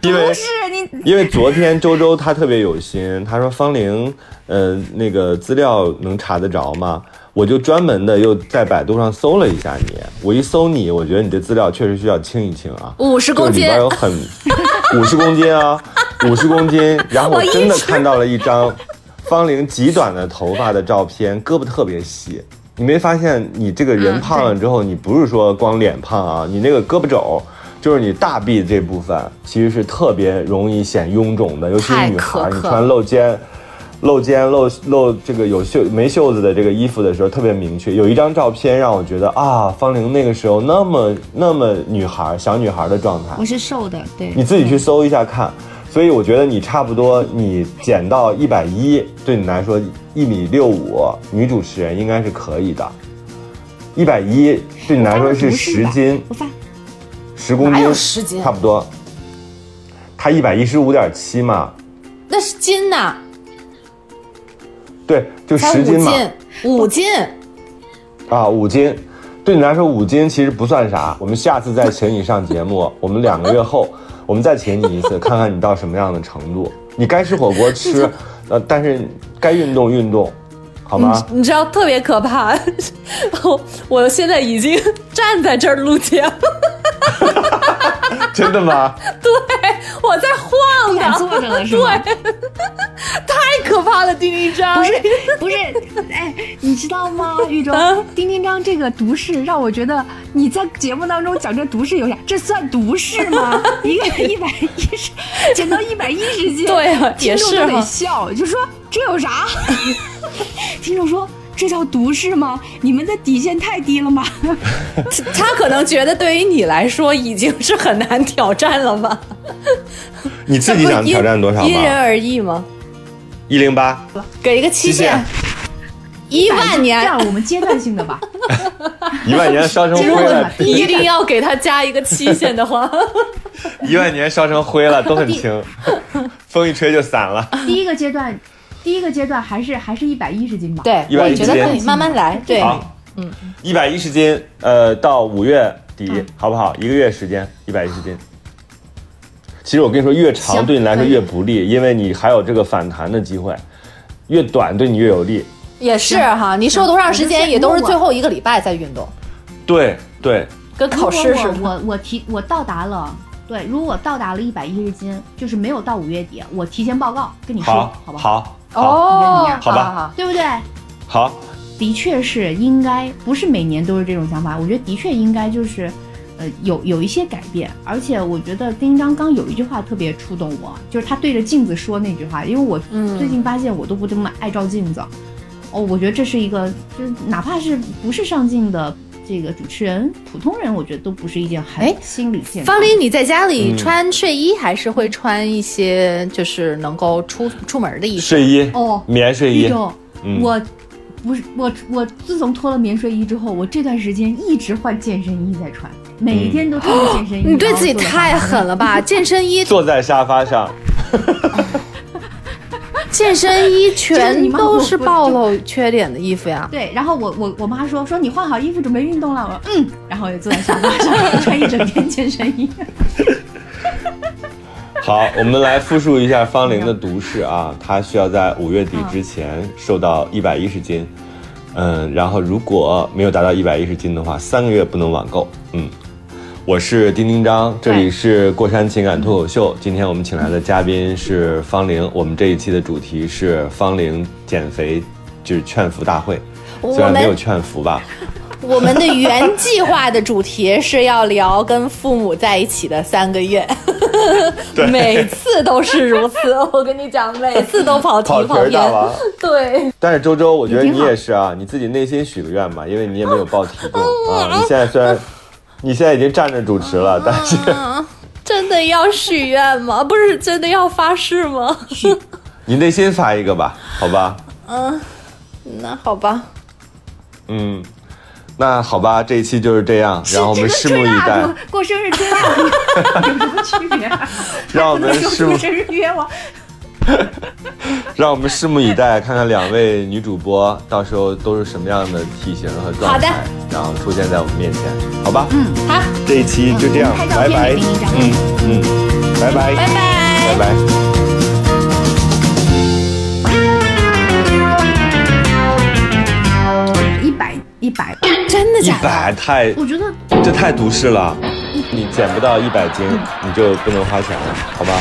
Speaker 5: 因为
Speaker 4: 不是你
Speaker 5: 因为昨天周周他特别有心，他说方玲，呃，那个资料能查得着吗？我就专门的又在百度上搜了一下你，我一搜你，我觉得你这资料确实需要清一清啊，
Speaker 3: 五十公
Speaker 5: 就里
Speaker 3: 斤
Speaker 5: 边，有 很五十公斤啊，五十公斤，然后我真的看到了一张方玲极短的头发的照片，胳膊特别细。你没发现你这个
Speaker 3: 嗯
Speaker 5: 人胖了之后，你不是说光脸胖啊，你那个胳膊肘，就是你大臂这部分，其实是特别容易显臃肿的，尤其是女孩儿，
Speaker 3: 太苛刻了
Speaker 5: 你穿露肩。露肩、露露这个有袖没袖子的这个衣服的时候，特别明确。有一张照片让我觉得啊，方玲那个时候那么那么女孩儿小女孩儿的状态，
Speaker 4: 我是瘦的，对，
Speaker 5: 你自己去搜一下看。所以我觉得你差不多，你减到一百一，对你来说一米六五，女主持人应该是可以的。一百一对你来说是十斤，
Speaker 4: 我发
Speaker 5: 十公
Speaker 3: 哪有
Speaker 5: 斤，
Speaker 3: 十斤啊
Speaker 5: 差不多。她一百一十五点七嘛，
Speaker 3: 那是斤呐，
Speaker 5: 对，就
Speaker 3: 才
Speaker 5: 十
Speaker 3: 五
Speaker 5: 斤嘛，
Speaker 3: 斤，五斤。
Speaker 5: 啊，五斤，对你来说五斤其实不算啥。我们下次再请你上节目，我们两个月后我们再请你一次，看看你到什么样的程度。你该吃火锅吃，呃，但是该运动运动，好吗？
Speaker 3: 你知道特别可怕， 我我现在已经站在这儿录节目，
Speaker 5: 真的吗？
Speaker 3: 对我在晃
Speaker 4: 不敢
Speaker 3: 呢，
Speaker 4: 坐着了是吗？
Speaker 3: 对，太可怕了，丁一章，
Speaker 4: 不是不是，哎，你知道吗？玉州
Speaker 3: 啊
Speaker 4: 丁丁章这个毒誓让我觉得你在节目当中讲这毒誓有啥？这算毒誓吗？一个一百一十减到一百一十斤，
Speaker 3: 对啊也
Speaker 4: 听众
Speaker 3: 是
Speaker 4: 都
Speaker 3: 哈
Speaker 4: 得笑，就说这有啥？ 听众说这叫毒誓吗？你们的底线太低了吗？
Speaker 3: 他可能觉得对于你来说已经是很难挑战了吧？
Speaker 5: 你自己想 挑战多少
Speaker 3: 因人
Speaker 5: 吗？
Speaker 3: 而异吗？
Speaker 5: 一零八，
Speaker 3: 给一个期限，一万
Speaker 4: 这
Speaker 3: 年
Speaker 4: 样，我们阶段性的 吧。
Speaker 5: 一万年烧成
Speaker 4: 这
Speaker 5: 灰
Speaker 4: 是我
Speaker 5: 了，
Speaker 3: 一定要给他加一个期限的话，
Speaker 5: 一万年烧成灰了，都很轻，风一吹就散了。
Speaker 4: 第一个阶段，第一个阶段还是还是一百一十斤吧。
Speaker 3: 对
Speaker 5: 110斤
Speaker 3: 慢慢来，对
Speaker 5: 好，嗯，一百一十斤，呃，到五月底、
Speaker 4: 嗯
Speaker 5: 好不好？一个月时间，一百一十斤。其实我跟你说，越长
Speaker 4: 行
Speaker 5: 对你来说
Speaker 4: 可以
Speaker 5: 越不利，因为你还有这个反弹的机会；越短对你越有利。
Speaker 3: 也是哈，你瘦多长时间也都是最后一个礼拜在运动，
Speaker 5: 对对，
Speaker 3: 跟考试似
Speaker 4: 如
Speaker 3: 的。
Speaker 4: 果我我我提我到达了，对，如果我到达了一百一十斤，就是没有到五月底，我提前报告跟你说，
Speaker 5: 好，
Speaker 4: 好不好？
Speaker 5: 好，好，
Speaker 3: 哦
Speaker 4: 你看，
Speaker 5: 你看好吧，
Speaker 4: 对不对？
Speaker 5: 好，
Speaker 4: 的确是应该，不是每年都是这种想法。我觉得的确应该就是，呃，有有一些改变。而且我觉得丁章刚有一句话特别触动我，就是他对着镜子说那句话，因为我
Speaker 3: 嗯
Speaker 4: 最近发现我都不这么爱照镜子。哦，我觉得这是一个，就是哪怕是不是上镜的这个主持人，普通人，我觉得都不是一件很
Speaker 3: 哎
Speaker 4: 心理健康。
Speaker 3: 方林，你在家里
Speaker 5: 嗯
Speaker 3: 穿睡衣还是会穿一些就是能够出出门的衣服？
Speaker 5: 睡衣，
Speaker 4: 哦
Speaker 5: 棉睡
Speaker 4: 一
Speaker 5: 衣，
Speaker 4: 种，
Speaker 5: 嗯
Speaker 4: 我不是我我自从脱了棉睡衣之后，我这段时间一直换健身衣在穿。
Speaker 7: 每一天都穿着紧身衣，
Speaker 3: 你对自己
Speaker 7: 然后坐在
Speaker 3: 太
Speaker 7: 沙发上
Speaker 3: 狠了 吧！健身衣，
Speaker 5: 坐在沙发上，
Speaker 3: 健身衣
Speaker 7: 这
Speaker 3: 全
Speaker 7: 你妈
Speaker 3: 都
Speaker 7: 我
Speaker 3: 是
Speaker 7: 我
Speaker 3: 暴露缺点的衣服呀。
Speaker 7: 对，然后我我我妈说说你换好衣服准备运动了，我说嗯，然后我就坐在沙发上穿一整天健身衣。
Speaker 5: 好，我们来复述一下方玲的毒誓啊，她需要在五月底之前瘦到一百一十斤，嗯，然后如果没有达到一百一十斤的话，三个月不能网购。嗯，我是丁丁张，这里是过山情感脱口秀，今天我们请来的嘉宾是方玲，我们这一期的主题是方玲减肥就是劝服大会，
Speaker 3: 我
Speaker 5: 虽然没有
Speaker 3: 们
Speaker 5: 劝服吧，
Speaker 3: 我们的原计划的主题是要聊跟父母在一起的三个月， 每次都是如此。我跟你讲，每次都跑题
Speaker 5: 跑题
Speaker 3: 跑
Speaker 5: 儿大
Speaker 3: 偏。
Speaker 5: 王。
Speaker 3: 对，
Speaker 5: 但是周周，我觉得你也是啊，你自己内心许个愿吧，因为你也没有报体重啊。你现在虽然，你现在已经站着主持了，但是
Speaker 3: 嗯，真的要许愿吗？不是真的要发誓吗？
Speaker 5: 你内心发一个吧，好吧？
Speaker 3: 那好吧，
Speaker 5: 嗯，那好吧，这一期就是这样，然后我们拭目以待，
Speaker 7: 过生日吹蜡烛有什么区别？
Speaker 5: 让我们 拭目
Speaker 7: 过生日约我，
Speaker 5: 让我们拭目以待，看看两位女主播到时候都是什么样的体型和状态
Speaker 3: 好的，
Speaker 5: 然后出现在我们面前，好吧？嗯，好，这一期就这样，
Speaker 7: 拍照
Speaker 5: 拜
Speaker 7: 片
Speaker 5: 拜
Speaker 7: 给，你一张。
Speaker 5: 嗯嗯，拜拜，
Speaker 3: 拜拜。
Speaker 5: 拜拜。
Speaker 4: 一百一百，
Speaker 3: 真的
Speaker 5: 一
Speaker 3: 假的？
Speaker 5: 百太，
Speaker 4: 我觉得
Speaker 5: 这太毒誓了。你减不到一百斤，
Speaker 3: 嗯
Speaker 5: 你就不能花钱了，好吧？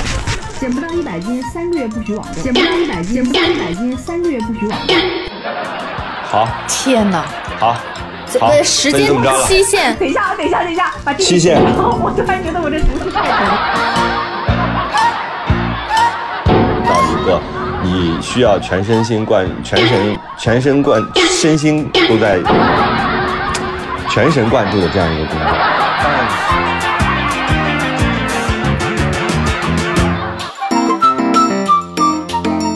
Speaker 4: 减不到一百斤，三个月不许网购；减不到一百斤，减不到一百斤，三个月不许网购。
Speaker 5: 好，
Speaker 3: 天哪！
Speaker 5: 好，
Speaker 3: 这
Speaker 5: 好，
Speaker 3: 呃时
Speaker 5: 那你
Speaker 3: 间
Speaker 5: 这么着了？
Speaker 3: 期限
Speaker 7: 等一下啊，等一下，等一下，把这个
Speaker 5: 期限
Speaker 7: 然后 我突然觉得我这毒誓太狠了。
Speaker 5: 找一个你需要全身心贯、全神、全神贯、身心都在全神贯注的这样一个工作。